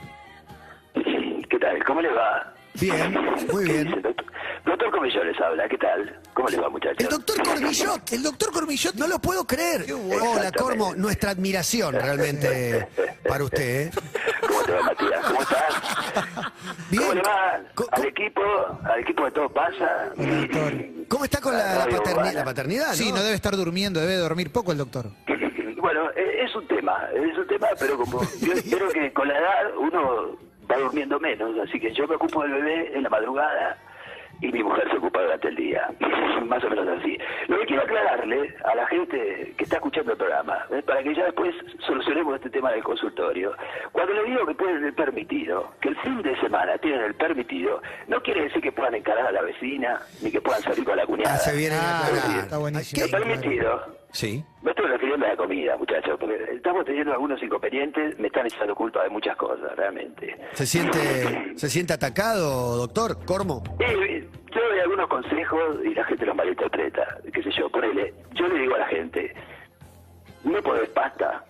Speaker 10: ¿Qué tal? ¿Cómo le va?
Speaker 3: Bien, muy
Speaker 10: ¿Qué
Speaker 3: bien.
Speaker 10: dice el doctor? Doctor Comillo les habla, ¿qué tal? ¿Cómo le va, muchachos?
Speaker 3: El doctor Corbillot, el doctor Corbillot, no lo puedo creer.
Speaker 10: bueno.
Speaker 3: Hola, Cormo, nuestra admiración realmente para usted. ¿eh?
Speaker 10: ¿Cómo te va, Matías? ¿Cómo estás? ¿Cómo
Speaker 3: Bien.
Speaker 10: le va?
Speaker 3: Co- co-
Speaker 10: Al equipo, al equipo de todo pasa.
Speaker 4: doctor.
Speaker 3: ¿Cómo está con la, la
Speaker 10: Radio
Speaker 3: paterni-
Speaker 10: Urbana.
Speaker 3: la paternidad?
Speaker 4: Sí, no debe estar durmiendo, debe dormir poco el doctor.
Speaker 10: Bueno, e- es un tema, es un tema, pero como yo creo que con la edad uno va durmiendo menos, así que yo me ocupo del bebé en la madrugada y mi mujer se ocupa durante el día, más o menos así. Lo que quiero aclararle a la gente que está escuchando el programa, ¿eh? para que ya después solucionemos este tema del consultorio, cuando le digo que tienen el permitido, que el fin de semana tienen el permitido, no quiere decir que puedan encarar a la vecina, ni que puedan salir con la cuñada.
Speaker 3: Hace bien en
Speaker 4: Ah,
Speaker 3: aclarar.
Speaker 4: está
Speaker 3: Ay,
Speaker 4: buenísimo.
Speaker 10: El
Speaker 3: ¿qué-
Speaker 10: permitido
Speaker 3: Sí.
Speaker 10: me estoy refiriendo a la comida, muchachos, porque estamos teniendo algunos inconvenientes, me están echando culpa de muchas cosas, realmente.
Speaker 3: ¿Se siente, ¿Se siente atacado, doctor Cormo?
Speaker 10: Y yo doy algunos consejos y la gente los malinterpreta, qué sé yo, ponele, yo le digo a la gente, no podés pasta,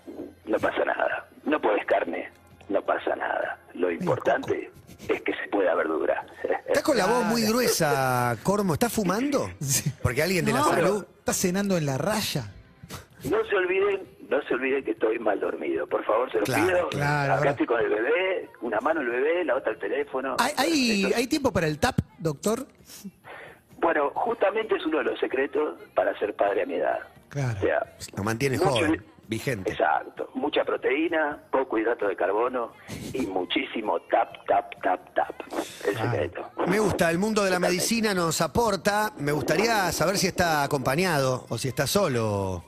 Speaker 10: no pasa nada, no podés carne, no pasa nada, lo importante es que se pueda verdura.
Speaker 3: Está con la voz muy gruesa, Cormo. ¿Está fumando? Porque alguien de la
Speaker 4: No,
Speaker 3: salud.
Speaker 4: pero Está cenando en la raya.
Speaker 10: No se olviden, no se olviden que estoy mal dormido, por favor, se los
Speaker 3: Claro,
Speaker 10: pido.
Speaker 4: claro,
Speaker 10: Acá
Speaker 4: ahora-
Speaker 10: estoy con el bebé, una mano el bebé, la otra el teléfono.
Speaker 4: ¿Hay, hay,
Speaker 10: Esto-
Speaker 4: hay tiempo para el tap, doctor?
Speaker 10: Bueno, justamente es uno de los secretos para ser padre a mi edad.
Speaker 4: Claro.
Speaker 10: O sea,
Speaker 3: Lo mantiene
Speaker 10: mucho-
Speaker 3: joven, vigente.
Speaker 10: Exacto. Mucha proteína, poco hidrato de carbono y muchísimo tap, tap, tap, tap. El secreto.
Speaker 3: Me gusta, el mundo de la medicina nos aporta. Me gustaría saber si está acompañado o si está solo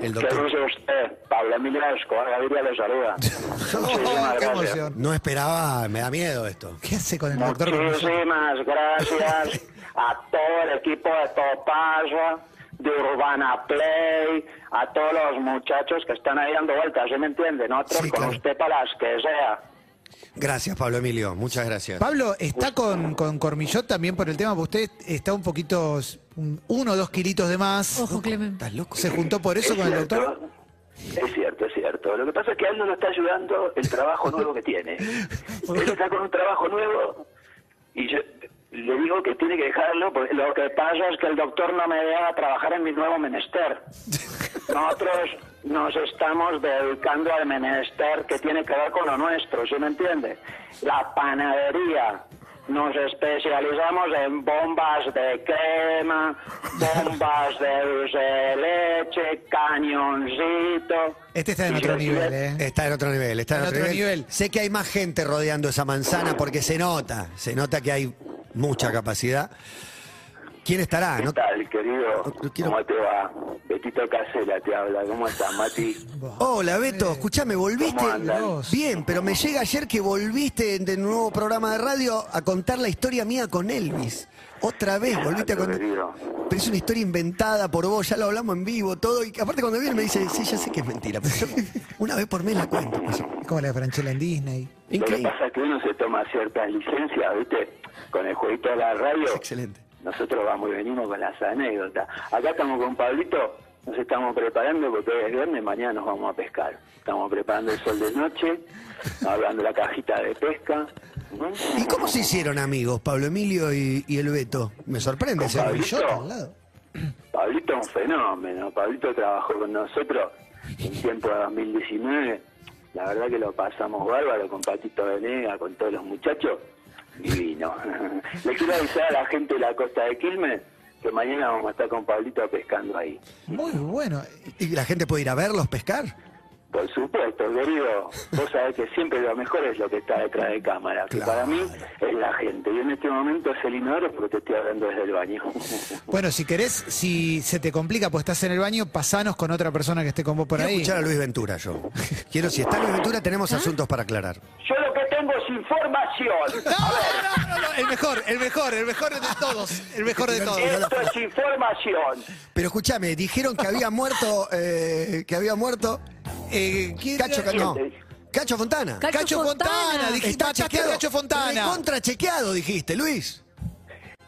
Speaker 3: el doctor.
Speaker 10: usted? Pablo Milasco, Gabriela le saluda.
Speaker 4: Oh, ¡Qué emoción!
Speaker 3: No esperaba, me da miedo esto.
Speaker 4: ¿Qué hace con el doctor? con nosotros?
Speaker 10: Muchísimas gracias a todo el equipo de Topaz, de Urbana Play, a todos los muchachos que están ahí dando vueltas, ¿sí me entienden? Otros
Speaker 3: Sí,
Speaker 10: con
Speaker 3: claro.
Speaker 10: usted para las que sea.
Speaker 3: Gracias, Pablo Emilio. Muchas gracias.
Speaker 4: Pablo, ¿está con, con Cormillot también por el tema? Porque usted está un poquito, un- uno o dos kilitos de más.
Speaker 5: Ojo, Clemen.
Speaker 3: ¿Estás loco?
Speaker 4: ¿Se juntó por eso con el doctor?
Speaker 10: Es cierto, es cierto. Lo que pasa es que a él no lo está ayudando el trabajo nuevo que tiene. Él está con un trabajo nuevo y yo le digo que tiene que dejarlo. Porque lo que pasa es que el doctor no me deja trabajar en mi nuevo menester. Nosotros nos estamos dedicando al menester que tiene que ver con lo nuestro, ¿sí me entiende? La panadería. Nos especializamos en bombas de crema, bombas de dulce de leche, cañoncito.
Speaker 4: Este está en otro nivel, ¿eh?
Speaker 3: Está en otro nivel, está en, otro, nivel. Sé que hay más gente rodeando esa manzana porque se nota, se nota que hay mucha capacidad. ¿Quién estará?
Speaker 10: ¿Qué
Speaker 3: No-
Speaker 10: tal, querido?
Speaker 3: no quiero-
Speaker 10: ¿Cómo te va? Betito Casela te habla. ¿Cómo estás, Mati?
Speaker 3: Hola Beto, escuchame, volviste.
Speaker 10: ¿Cómo andan?
Speaker 3: Bien, pero me llega ayer que volviste de nuevo programa de radio a contar la historia mía con Elvis. Otra vez
Speaker 10: Ah,
Speaker 3: volviste a contar.
Speaker 10: Querido.
Speaker 3: Pero es una historia inventada por vos, ya lo hablamos en vivo, todo. Y aparte cuando viene me dice, sí, ya sé que es mentira, pero yo una vez por mes la cuento. pues
Speaker 4: Es como la de Franchella en Disney.
Speaker 10: Lo que
Speaker 3: Increíble.
Speaker 10: pasa es que uno se toma ciertas licencias, ¿viste? Con el jueguito de la radio.
Speaker 3: Es excelente.
Speaker 10: Nosotros vamos y venimos con las anécdotas. Acá estamos con Pablito, nos estamos preparando porque hoy es viernes, mañana nos vamos a pescar. Estamos preparando el sol de noche, hablando de la cajita de pesca. ¿Mm?
Speaker 3: ¿Y cómo se hicieron amigos, Pablo Emilio y, y el Beto? Me sorprende ese
Speaker 10: Pablito.
Speaker 3: Yo al lado.
Speaker 10: Pablito es un fenómeno. Pablito trabajó con nosotros en tiempo de 2019. La verdad que lo pasamos bárbaro con Patito Venega, con todos los muchachos. Divino. Le quiero avisar a la gente de la costa de Quilmes que mañana vamos a estar con Pablito pescando ahí.
Speaker 4: Muy bueno.
Speaker 3: ¿Y la gente puede ir a verlos pescar?
Speaker 10: Por supuesto, querido. Vos sabés que siempre lo mejor es lo que está detrás de cámara. Que
Speaker 3: Claro.
Speaker 10: para mí es la gente. Y en este momento es el inodoro porque te estoy hablando desde el baño.
Speaker 4: Bueno, si querés, si se te complica pues estás en el baño, pasanos con otra persona que esté con vos por
Speaker 3: Quiero
Speaker 4: ahí.
Speaker 3: escuchar a Luis Ventura yo. Quiero, si está Luis Ventura, tenemos asuntos para aclarar.
Speaker 10: Yo lo que te
Speaker 7: tengo es información.
Speaker 4: No, no, no, no, el mejor, el mejor, el mejor de todos, el mejor de todos.
Speaker 7: Esto es información.
Speaker 3: Pero escúchame, dijeron que había muerto, eh, que había muerto
Speaker 4: Eh, ¿quién era?
Speaker 3: Cacho, Ca- no, Cacho Fontana.
Speaker 5: Cacho
Speaker 4: Cacho Fontana,
Speaker 5: Fontana.
Speaker 4: dijiste,
Speaker 3: Está
Speaker 4: mataste a
Speaker 3: chequeado,
Speaker 4: Cacho Fontana.
Speaker 3: Contra chequeado, dijiste, Luis.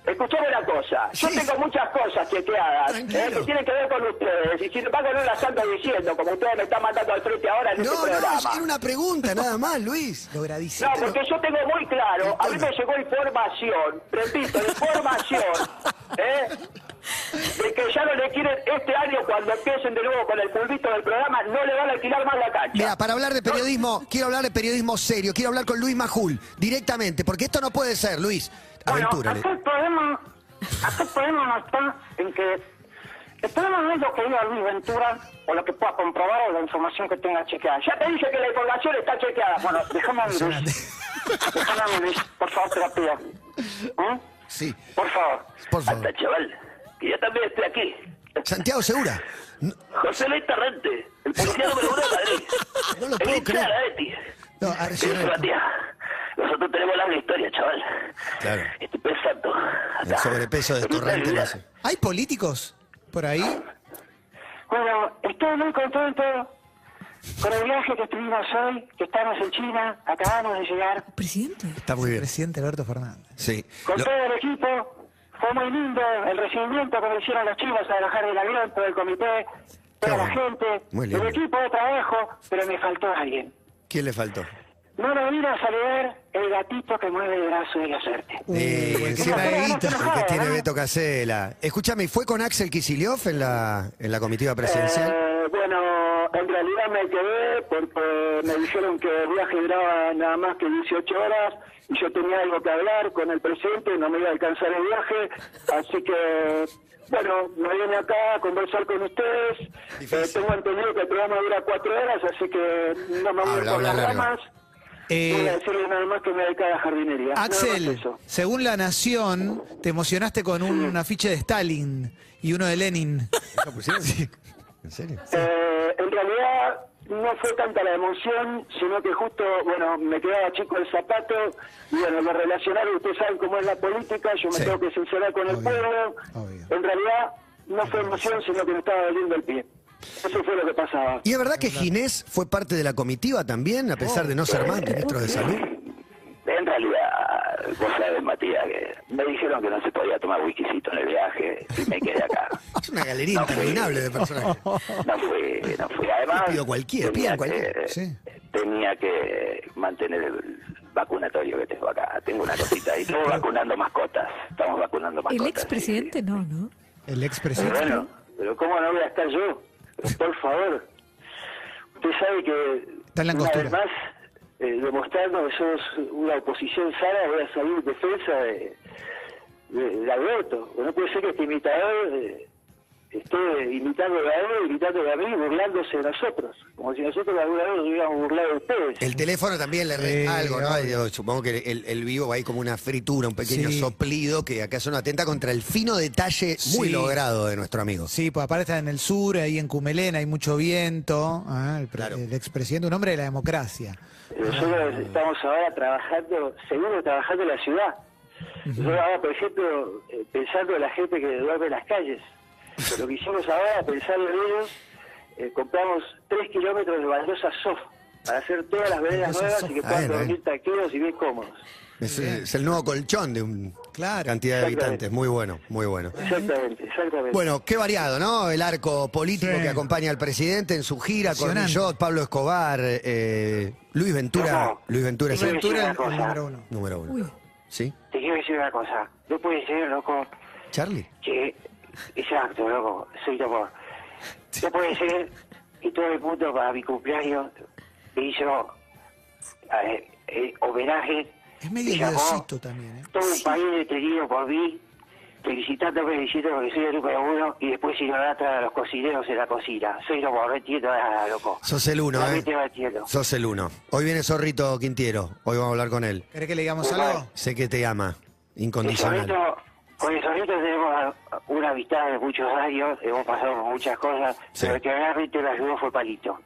Speaker 7: Escuchame una cosa, yo
Speaker 3: Sí.
Speaker 7: tengo muchas cosas chequeadas eh,
Speaker 3: Tranquilo.
Speaker 7: que tienen que ver con ustedes, y sin embargo no las ando diciendo, como ustedes me están mandando al frente ahora en este
Speaker 3: No, no,
Speaker 7: programa.
Speaker 3: era una pregunta nada más, Luis. Logradísimo.
Speaker 7: No, porque yo tengo muy claro, a mí me llegó información, repito, información, ¿eh? de que ya no le quieren, este año cuando empiecen de nuevo con el pulvito del programa, no le van a alquilar más la cancha.
Speaker 3: Mira, para hablar de periodismo, quiero hablar de periodismo serio, quiero hablar con Luis Majul directamente, porque esto no puede ser, Luis.
Speaker 10: Bueno,
Speaker 3: Aventúrale.
Speaker 10: acá el problema, acá el problema no está en que el problema no es lo que diga Luis Ventura o lo que pueda comprobar o la información que tenga chequeada. Ya
Speaker 7: Ya te dije que la información está chequeada.
Speaker 10: Bueno, déjame a mí, Luis. Déjame a mí, Luis. Por favor, te lo pido. ¿Mm?
Speaker 3: Sí,
Speaker 10: Por favor.
Speaker 3: por favor.
Speaker 7: Hasta chaval, que yo también estoy aquí.
Speaker 3: Santiago Segura. No,
Speaker 7: José Luis Tarrante, el policía número uno de Madrid.
Speaker 3: No lo
Speaker 7: el
Speaker 3: puedo
Speaker 7: hincha
Speaker 3: creer.
Speaker 7: de la Betis.
Speaker 3: no,
Speaker 7: Sí,
Speaker 3: Arsenal.
Speaker 7: Matías, Nosotros tenemos larga historia, chaval.
Speaker 3: Claro.
Speaker 7: Estoy pensando.
Speaker 3: El sobrepeso de Torrente lo hace.
Speaker 4: ¿Hay políticos por ahí?
Speaker 10: Bueno, estoy muy contento con el viaje que estuvimos hoy, que estamos en China, acabamos de llegar,
Speaker 5: Presidente.
Speaker 3: Está muy bien.
Speaker 4: Presidente Alberto Fernández.
Speaker 3: Sí.
Speaker 10: con
Speaker 3: Lo-
Speaker 10: todo el equipo. Fue muy lindo el recibimiento que me hicieron los chicos al bajar del avión, todo el comité, toda
Speaker 3: Qué
Speaker 10: la
Speaker 3: bueno.
Speaker 10: gente,
Speaker 3: Muy
Speaker 10: el
Speaker 3: lindo.
Speaker 10: equipo de trabajo, pero me faltó alguien.
Speaker 3: ¿Quién le faltó?
Speaker 10: No me vino a saludar el gatito que mueve el brazo de la suerte.
Speaker 3: Eh, encima
Speaker 10: no, no,
Speaker 3: de
Speaker 10: no,
Speaker 3: Guita,
Speaker 10: no,
Speaker 3: el que
Speaker 10: no,
Speaker 3: tiene
Speaker 10: no.
Speaker 3: Beto Casela. Escúchame, ¿y ¿fue con Axel Kicillof en la, en la comitiva presidencial?
Speaker 10: Eh, bueno, en realidad me quedé porque me dijeron que el viaje duraba nada más que 18 horas y yo tenía algo que hablar con el presidente, no me iba a alcanzar el viaje, así que, bueno, me vine acá a conversar con ustedes. Eh, tengo entendido que el programa dura 4 horas, así que no me voy a ir
Speaker 3: Habla,
Speaker 10: por
Speaker 3: habla
Speaker 10: las
Speaker 3: largo.
Speaker 10: ramas. Voy a
Speaker 4: Eh,
Speaker 10: decirle nada más que me dedica a la jardinería. Nada más
Speaker 4: Axel,
Speaker 10: eso.
Speaker 4: según La Nación, te emocionaste con un afiche de Stalin y uno de Lenin.
Speaker 3: ¿Lo pusieron? Sí. ¿En serio?
Speaker 10: Eh, en realidad no fue tanta la emoción, sino que justo, bueno, me quedaba chico el zapato, y bueno, lo relacionaron, ustedes saben cómo es la política, yo me
Speaker 3: Sí.
Speaker 10: tengo que sincerar con el
Speaker 4: Obvio,
Speaker 10: pueblo.
Speaker 4: obvio.
Speaker 10: En realidad no fue emoción, sino que me estaba doliendo el pie. Eso fue lo que pasaba.
Speaker 3: ¿Y es verdad que Ginés fue parte de la comitiva también, a pesar de no ser más ministro de salud?
Speaker 7: En realidad, vos sabés, Matías, que me dijeron que no se podía tomar whiskycito en el viaje y me quedé acá.
Speaker 3: Es una galería interminable de personajes.
Speaker 7: No fui, no fui. Además,
Speaker 3: Pido cualquiera, pidan
Speaker 7: tenía,
Speaker 3: cualquiera,
Speaker 7: que,
Speaker 4: sí.
Speaker 7: tenía que mantener el vacunatorio que tengo acá. Tengo una cosita y estamos vacunando mascotas. Estamos vacunando mascotas.
Speaker 5: El expresidente, no, ¿no?
Speaker 4: El
Speaker 7: Pero
Speaker 4: expresidente.
Speaker 7: bueno, pero ¿cómo no voy a estar yo? Pero, por favor. Usted sabe que,
Speaker 4: Está en la
Speaker 10: Una
Speaker 4: costura.
Speaker 10: vez más, eh, demostrando que sos una oposición sana, voy a salir en defensa de, de, de Alberto. No puede ser que este imitador eh, esté imitando a él, imitando a mí, burlándose de nosotros. Como si nosotros alguna vez nos hubiéramos burlado de ustedes.
Speaker 3: El teléfono también le re-
Speaker 4: Eh,
Speaker 3: algo, ¿no? Yo supongo que el, el vivo va ahí como una fritura, un pequeño
Speaker 4: Sí.
Speaker 3: soplido que acaso no atenta contra el fino detalle muy
Speaker 4: Sí.
Speaker 3: logrado de nuestro amigo.
Speaker 4: Sí, pues aparte está en el sur, ahí en Cumelén, hay mucho viento. Ah, el, pre-
Speaker 3: Claro.
Speaker 4: el expresidente, un hombre de la democracia.
Speaker 10: Nosotros
Speaker 3: Ah.
Speaker 10: estamos ahora trabajando, seguro trabajando en la ciudad. Yo ahora, por ejemplo, eh, pensando en la gente que duerme en las calles. Lo que hicimos ahora, pensando en ellos, eh, compramos 3 kilómetros de baldosa soft para hacer todas las veredas
Speaker 4: Baldosa
Speaker 10: nuevas
Speaker 4: soft.
Speaker 10: y que
Speaker 3: Ah,
Speaker 10: puedan
Speaker 3: bien,
Speaker 10: dormir tranquilos y bien cómodos.
Speaker 3: Es, es el nuevo colchón de una
Speaker 4: Claro.
Speaker 3: cantidad de habitantes. Muy bueno, muy bueno.
Speaker 10: Exactamente, exactamente.
Speaker 3: Bueno, qué variado, ¿no? El arco político
Speaker 4: Sí.
Speaker 3: que acompaña al presidente en su gira con
Speaker 4: Impresionante.
Speaker 3: Millot, Pablo Escobar, eh, Luis Ventura.
Speaker 10: Ojo.
Speaker 3: Luis Ventura es
Speaker 10: Luis
Speaker 3: el
Speaker 10: Ventura,
Speaker 4: El número uno.
Speaker 3: número uno.
Speaker 5: Uy.
Speaker 3: ¿Sí?
Speaker 10: Te quiero decir una cosa. No puede ser, loco,
Speaker 3: ¿Charlie?
Speaker 10: que... Exacto, loco, soy tu amor. No puede ser que todo el mundo para mi cumpleaños me hizo eh, eh, homenaje.
Speaker 4: Es medio
Speaker 10: me llamó
Speaker 4: idiocito también, ¿eh?
Speaker 10: Todo un país detenido por mí, felicitándome diciendo que soy el número uno y después idolatra a los cocineros en la cocina. Soy loco, no entiendo nada, loco.
Speaker 3: Sos el uno, ¿eh?
Speaker 10: Realmente no entiendo.
Speaker 3: Sos el uno. Hoy viene Zorrito Quintiero. Hoy vamos a hablar con él.
Speaker 4: ¿Querés que le digamos
Speaker 10: Ojalá.
Speaker 4: algo?
Speaker 3: Sé que te ama.
Speaker 10: El
Speaker 3: Incondicional.
Speaker 10: Sorrento, con el Sorrento tenemos una amistad de muchos años, hemos pasado por muchas cosas,
Speaker 3: Sí.
Speaker 10: pero el que realmente me ayudó fue Palito.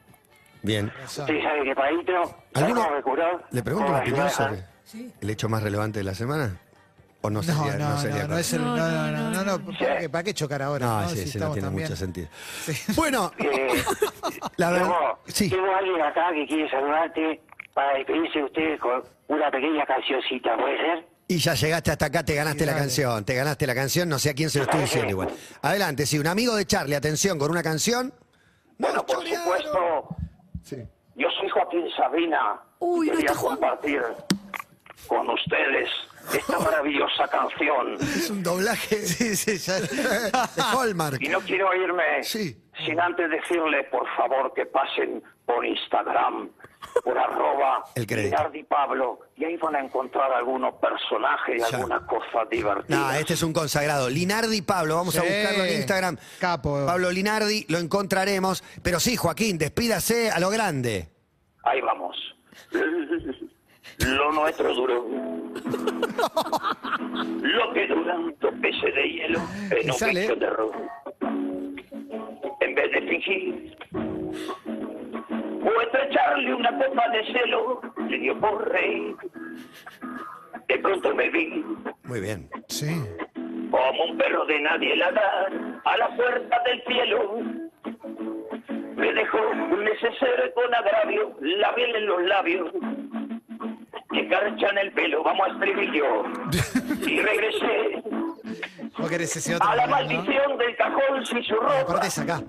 Speaker 3: Bien.
Speaker 10: Usted sabe que Paito,
Speaker 3: ¿Alguno-
Speaker 10: ¿cómo me curó?
Speaker 3: ¿Le pregunto
Speaker 10: ¿Cómo
Speaker 3: una
Speaker 10: me
Speaker 3: opinión
Speaker 10: ayudó a dejar?
Speaker 3: sobre el hecho más relevante de la semana? ¿O no
Speaker 4: No,
Speaker 3: sería?
Speaker 4: no, no,
Speaker 3: sería
Speaker 4: no,
Speaker 3: correcto?
Speaker 4: es el- no, no, no, no, no, ¿para qué, para qué chocar ahora?
Speaker 3: No, sí,
Speaker 4: Si
Speaker 3: sí, no
Speaker 4: estamos
Speaker 3: tiene
Speaker 4: también.
Speaker 3: mucho sentido.
Speaker 4: Sí.
Speaker 3: Bueno,
Speaker 10: Eh,
Speaker 3: la verdad.
Speaker 10: Diego,
Speaker 3: Sí.
Speaker 10: Tengo alguien acá que quiere saludarte para despedirse de ustedes con una pequeña cancioncita, ¿puede ser?
Speaker 3: Y ya llegaste hasta acá, te ganaste la canción. Te ganaste la canción, no sé a quién se lo estoy diciendo igual. Adelante, sí, un amigo de Charlie, atención, con una canción.
Speaker 10: Bueno, por
Speaker 3: Choreano.
Speaker 10: supuesto,
Speaker 3: Sí.
Speaker 10: yo soy Joaquín Sabina.
Speaker 5: Uy,
Speaker 10: y
Speaker 5: no
Speaker 10: quería
Speaker 5: está Juan.
Speaker 10: compartir con ustedes esta maravillosa canción.
Speaker 3: Es un doblaje
Speaker 4: Sí, sí, ya.
Speaker 3: de Hallmark.
Speaker 10: Y no quiero irme
Speaker 3: Sí.
Speaker 10: sin antes decirle, por favor, que pasen por Instagram, por arroba
Speaker 3: El crédito.
Speaker 10: Minardi Pablo, y ahí van a encontrar algunos personajes y
Speaker 3: Ya.
Speaker 10: alguna cosa divertida.
Speaker 3: No, este es un consagrado. Linardi Pablo, vamos a
Speaker 4: Sí.
Speaker 3: buscarlo en Instagram.
Speaker 4: Capo.
Speaker 3: Pablo Linardi, lo encontraremos. Pero sí, Joaquín, despídase a lo grande.
Speaker 10: Ahí vamos. Lo nuestro duró. Lo que duran dos peces de hielo en
Speaker 4: Y
Speaker 10: un
Speaker 4: sale.
Speaker 10: bicho de ron. En vez de fingir o estrecharle una copa de celo, le dio por reír. De pronto me vi
Speaker 3: Muy bien.
Speaker 4: Sí.
Speaker 10: como un perro de nadie ladrar a la puerta del cielo. Me dejó un neceser con agravio, la piel en los labios, que carchan el pelo, vamos a estribillo. Y regresé
Speaker 4: Vos querés ese otro.
Speaker 10: a la
Speaker 4: también, ¿no?
Speaker 10: maldición del cajón sin su ropa,
Speaker 4: Aparte es acá.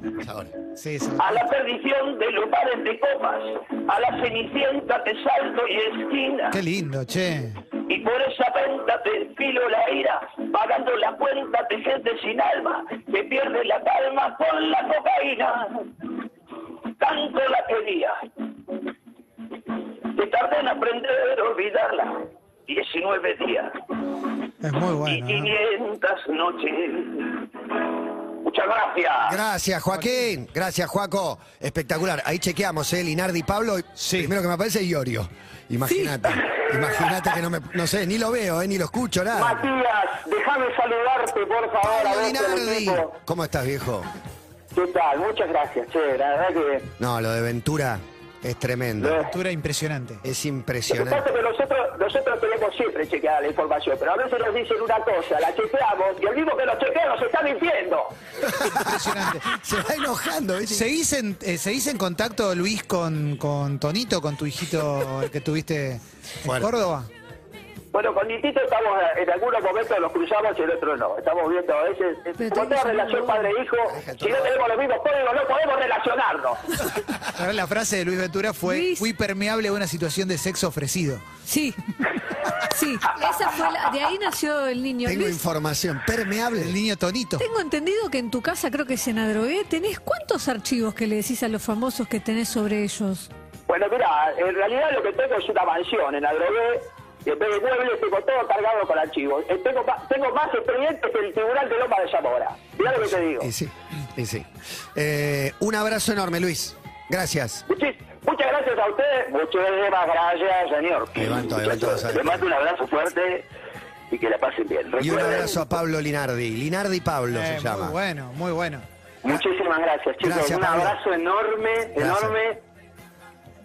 Speaker 4: Sí, eso.
Speaker 10: a la perdición de los bares de copas, a la cenicienta de salto y esquina.
Speaker 4: Qué lindo, che.
Speaker 10: Y por esa venta te filo la ira, pagando la cuenta de gente sin alma, que pierde la calma con la cocaína. Tanto la quería, que tardé en aprender a olvidarla. 19 días
Speaker 4: Es muy
Speaker 10: y
Speaker 4: bueno. ¿no?
Speaker 10: 500 noches. Muchas gracias.
Speaker 3: Gracias, Joaquín. Gracias, Joaco. Espectacular. Ahí chequeamos, ¿eh? Linardi Pablo.
Speaker 4: Sí.
Speaker 3: Primero que me aparece es Iorio. Imagínate. Imagínate que no me. No sé, ni lo veo, ¿eh? Ni lo escucho, nada.
Speaker 10: Matías, déjame saludarte, por favor, a
Speaker 3: Pablo
Speaker 10: ver
Speaker 3: Linardi. ¿Cómo estás, viejo?
Speaker 10: ¿Qué tal? Muchas gracias, che, la verdad que...
Speaker 3: No, lo de Ventura es tremendo.
Speaker 4: Cultura impresionante.
Speaker 3: Es
Speaker 10: Lo que pasa es
Speaker 3: impresionante.
Speaker 10: que nosotros, nosotros queremos siempre chequear la información, pero a veces nos dicen una cosa, la chequeamos y el mismo que nos chequea nos está mintiendo.
Speaker 4: Impresionante.
Speaker 3: Se va enojando, ¿viste?
Speaker 4: ¿Seguís en, eh, ¿Seguís en contacto, Luis, con, con Tonito, con tu hijito el que tuviste en
Speaker 3: Fuerte.
Speaker 4: Córdoba?
Speaker 10: Bueno, con Nitito estamos eh, en algunos momentos nos cruzamos y en otros no. Estamos viendo a veces, eh,
Speaker 5: Pero
Speaker 10: con toda
Speaker 5: tenemos
Speaker 10: relación
Speaker 5: un-
Speaker 10: padre-hijo,
Speaker 3: Deja
Speaker 10: si
Speaker 3: todo.
Speaker 10: no tenemos los mismos códigos no podemos relacionarnos.
Speaker 4: Ahora La frase de Luis Ventura fue:
Speaker 5: Luis.
Speaker 4: Fui permeable a una situación de sexo ofrecido.
Speaker 5: Sí, sí, esa fue la, de ahí nació el niño.
Speaker 3: Tengo
Speaker 5: Luis,
Speaker 3: información permeable.
Speaker 4: El niño Tonito.
Speaker 5: tengo entendido que en tu casa, creo que es en Adrogué, tenés cuántos archivos que le decís a los famosos que tenés sobre ellos.
Speaker 10: Bueno, mira, en realidad lo que tengo es una mansión en Adrogué, y en vez de muebles tengo todo cargado con archivos. Eh, Tengo, ma- tengo más expedientes que el tribunal de Loma de Zamora. Mirá lo que te digo.
Speaker 3: Y sí, y sí. Eh, un abrazo enorme, Luis. Gracias.
Speaker 10: Muchis- Muchas gracias a usted, muchísimas gracias, señor.
Speaker 3: Levanto, levanto,
Speaker 10: Muchachos,
Speaker 3: salto.
Speaker 10: Le mando un abrazo fuerte y que la pasen bien.
Speaker 3: Y un
Speaker 10: Recuerden,
Speaker 3: abrazo a Pablo Linardi. Linardi Pablo
Speaker 4: Eh,
Speaker 3: se llama.
Speaker 4: Muy bueno, muy bueno.
Speaker 10: Muchísimas gracias, chicos.
Speaker 3: Gracias,
Speaker 10: un
Speaker 3: Pablo.
Speaker 10: abrazo enorme, enorme.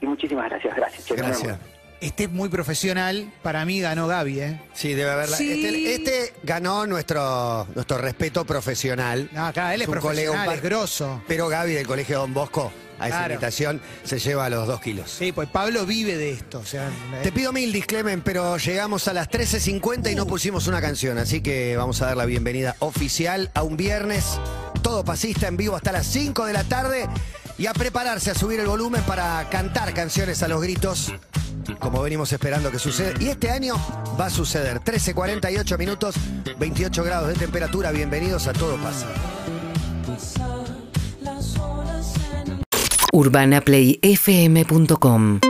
Speaker 10: Y muchísimas gracias, gracias. chicos. Nos
Speaker 3: Gracias.
Speaker 10: vemos.
Speaker 4: Este es muy profesional. Para mí ganó Gaby, ¿eh?
Speaker 3: Sí, debe haberla.
Speaker 5: Sí.
Speaker 3: Este, este ganó nuestro, nuestro respeto profesional.
Speaker 4: No, acá él es
Speaker 3: un
Speaker 4: profesional,
Speaker 3: colega, un par-
Speaker 4: es grosso.
Speaker 3: Pero Gaby del Colegio Don Bosco, a esa
Speaker 4: Claro.
Speaker 3: invitación, se lleva los dos kilos.
Speaker 4: Sí, pues Pablo vive de esto. O sea,
Speaker 3: Te pido mil disclemen, pero llegamos a las 13.50 y no pusimos una canción, así que vamos a dar la bienvenida oficial a un viernes, todo pasista en vivo hasta las 5 de la tarde y a prepararse a subir el volumen para cantar canciones a los gritos, como venimos esperando que suceda. Y este año va a suceder, 13.48 minutos, 28 grados de temperatura, bienvenidos a Todo Pasa.
Speaker 2: UrbanaPlayFM.com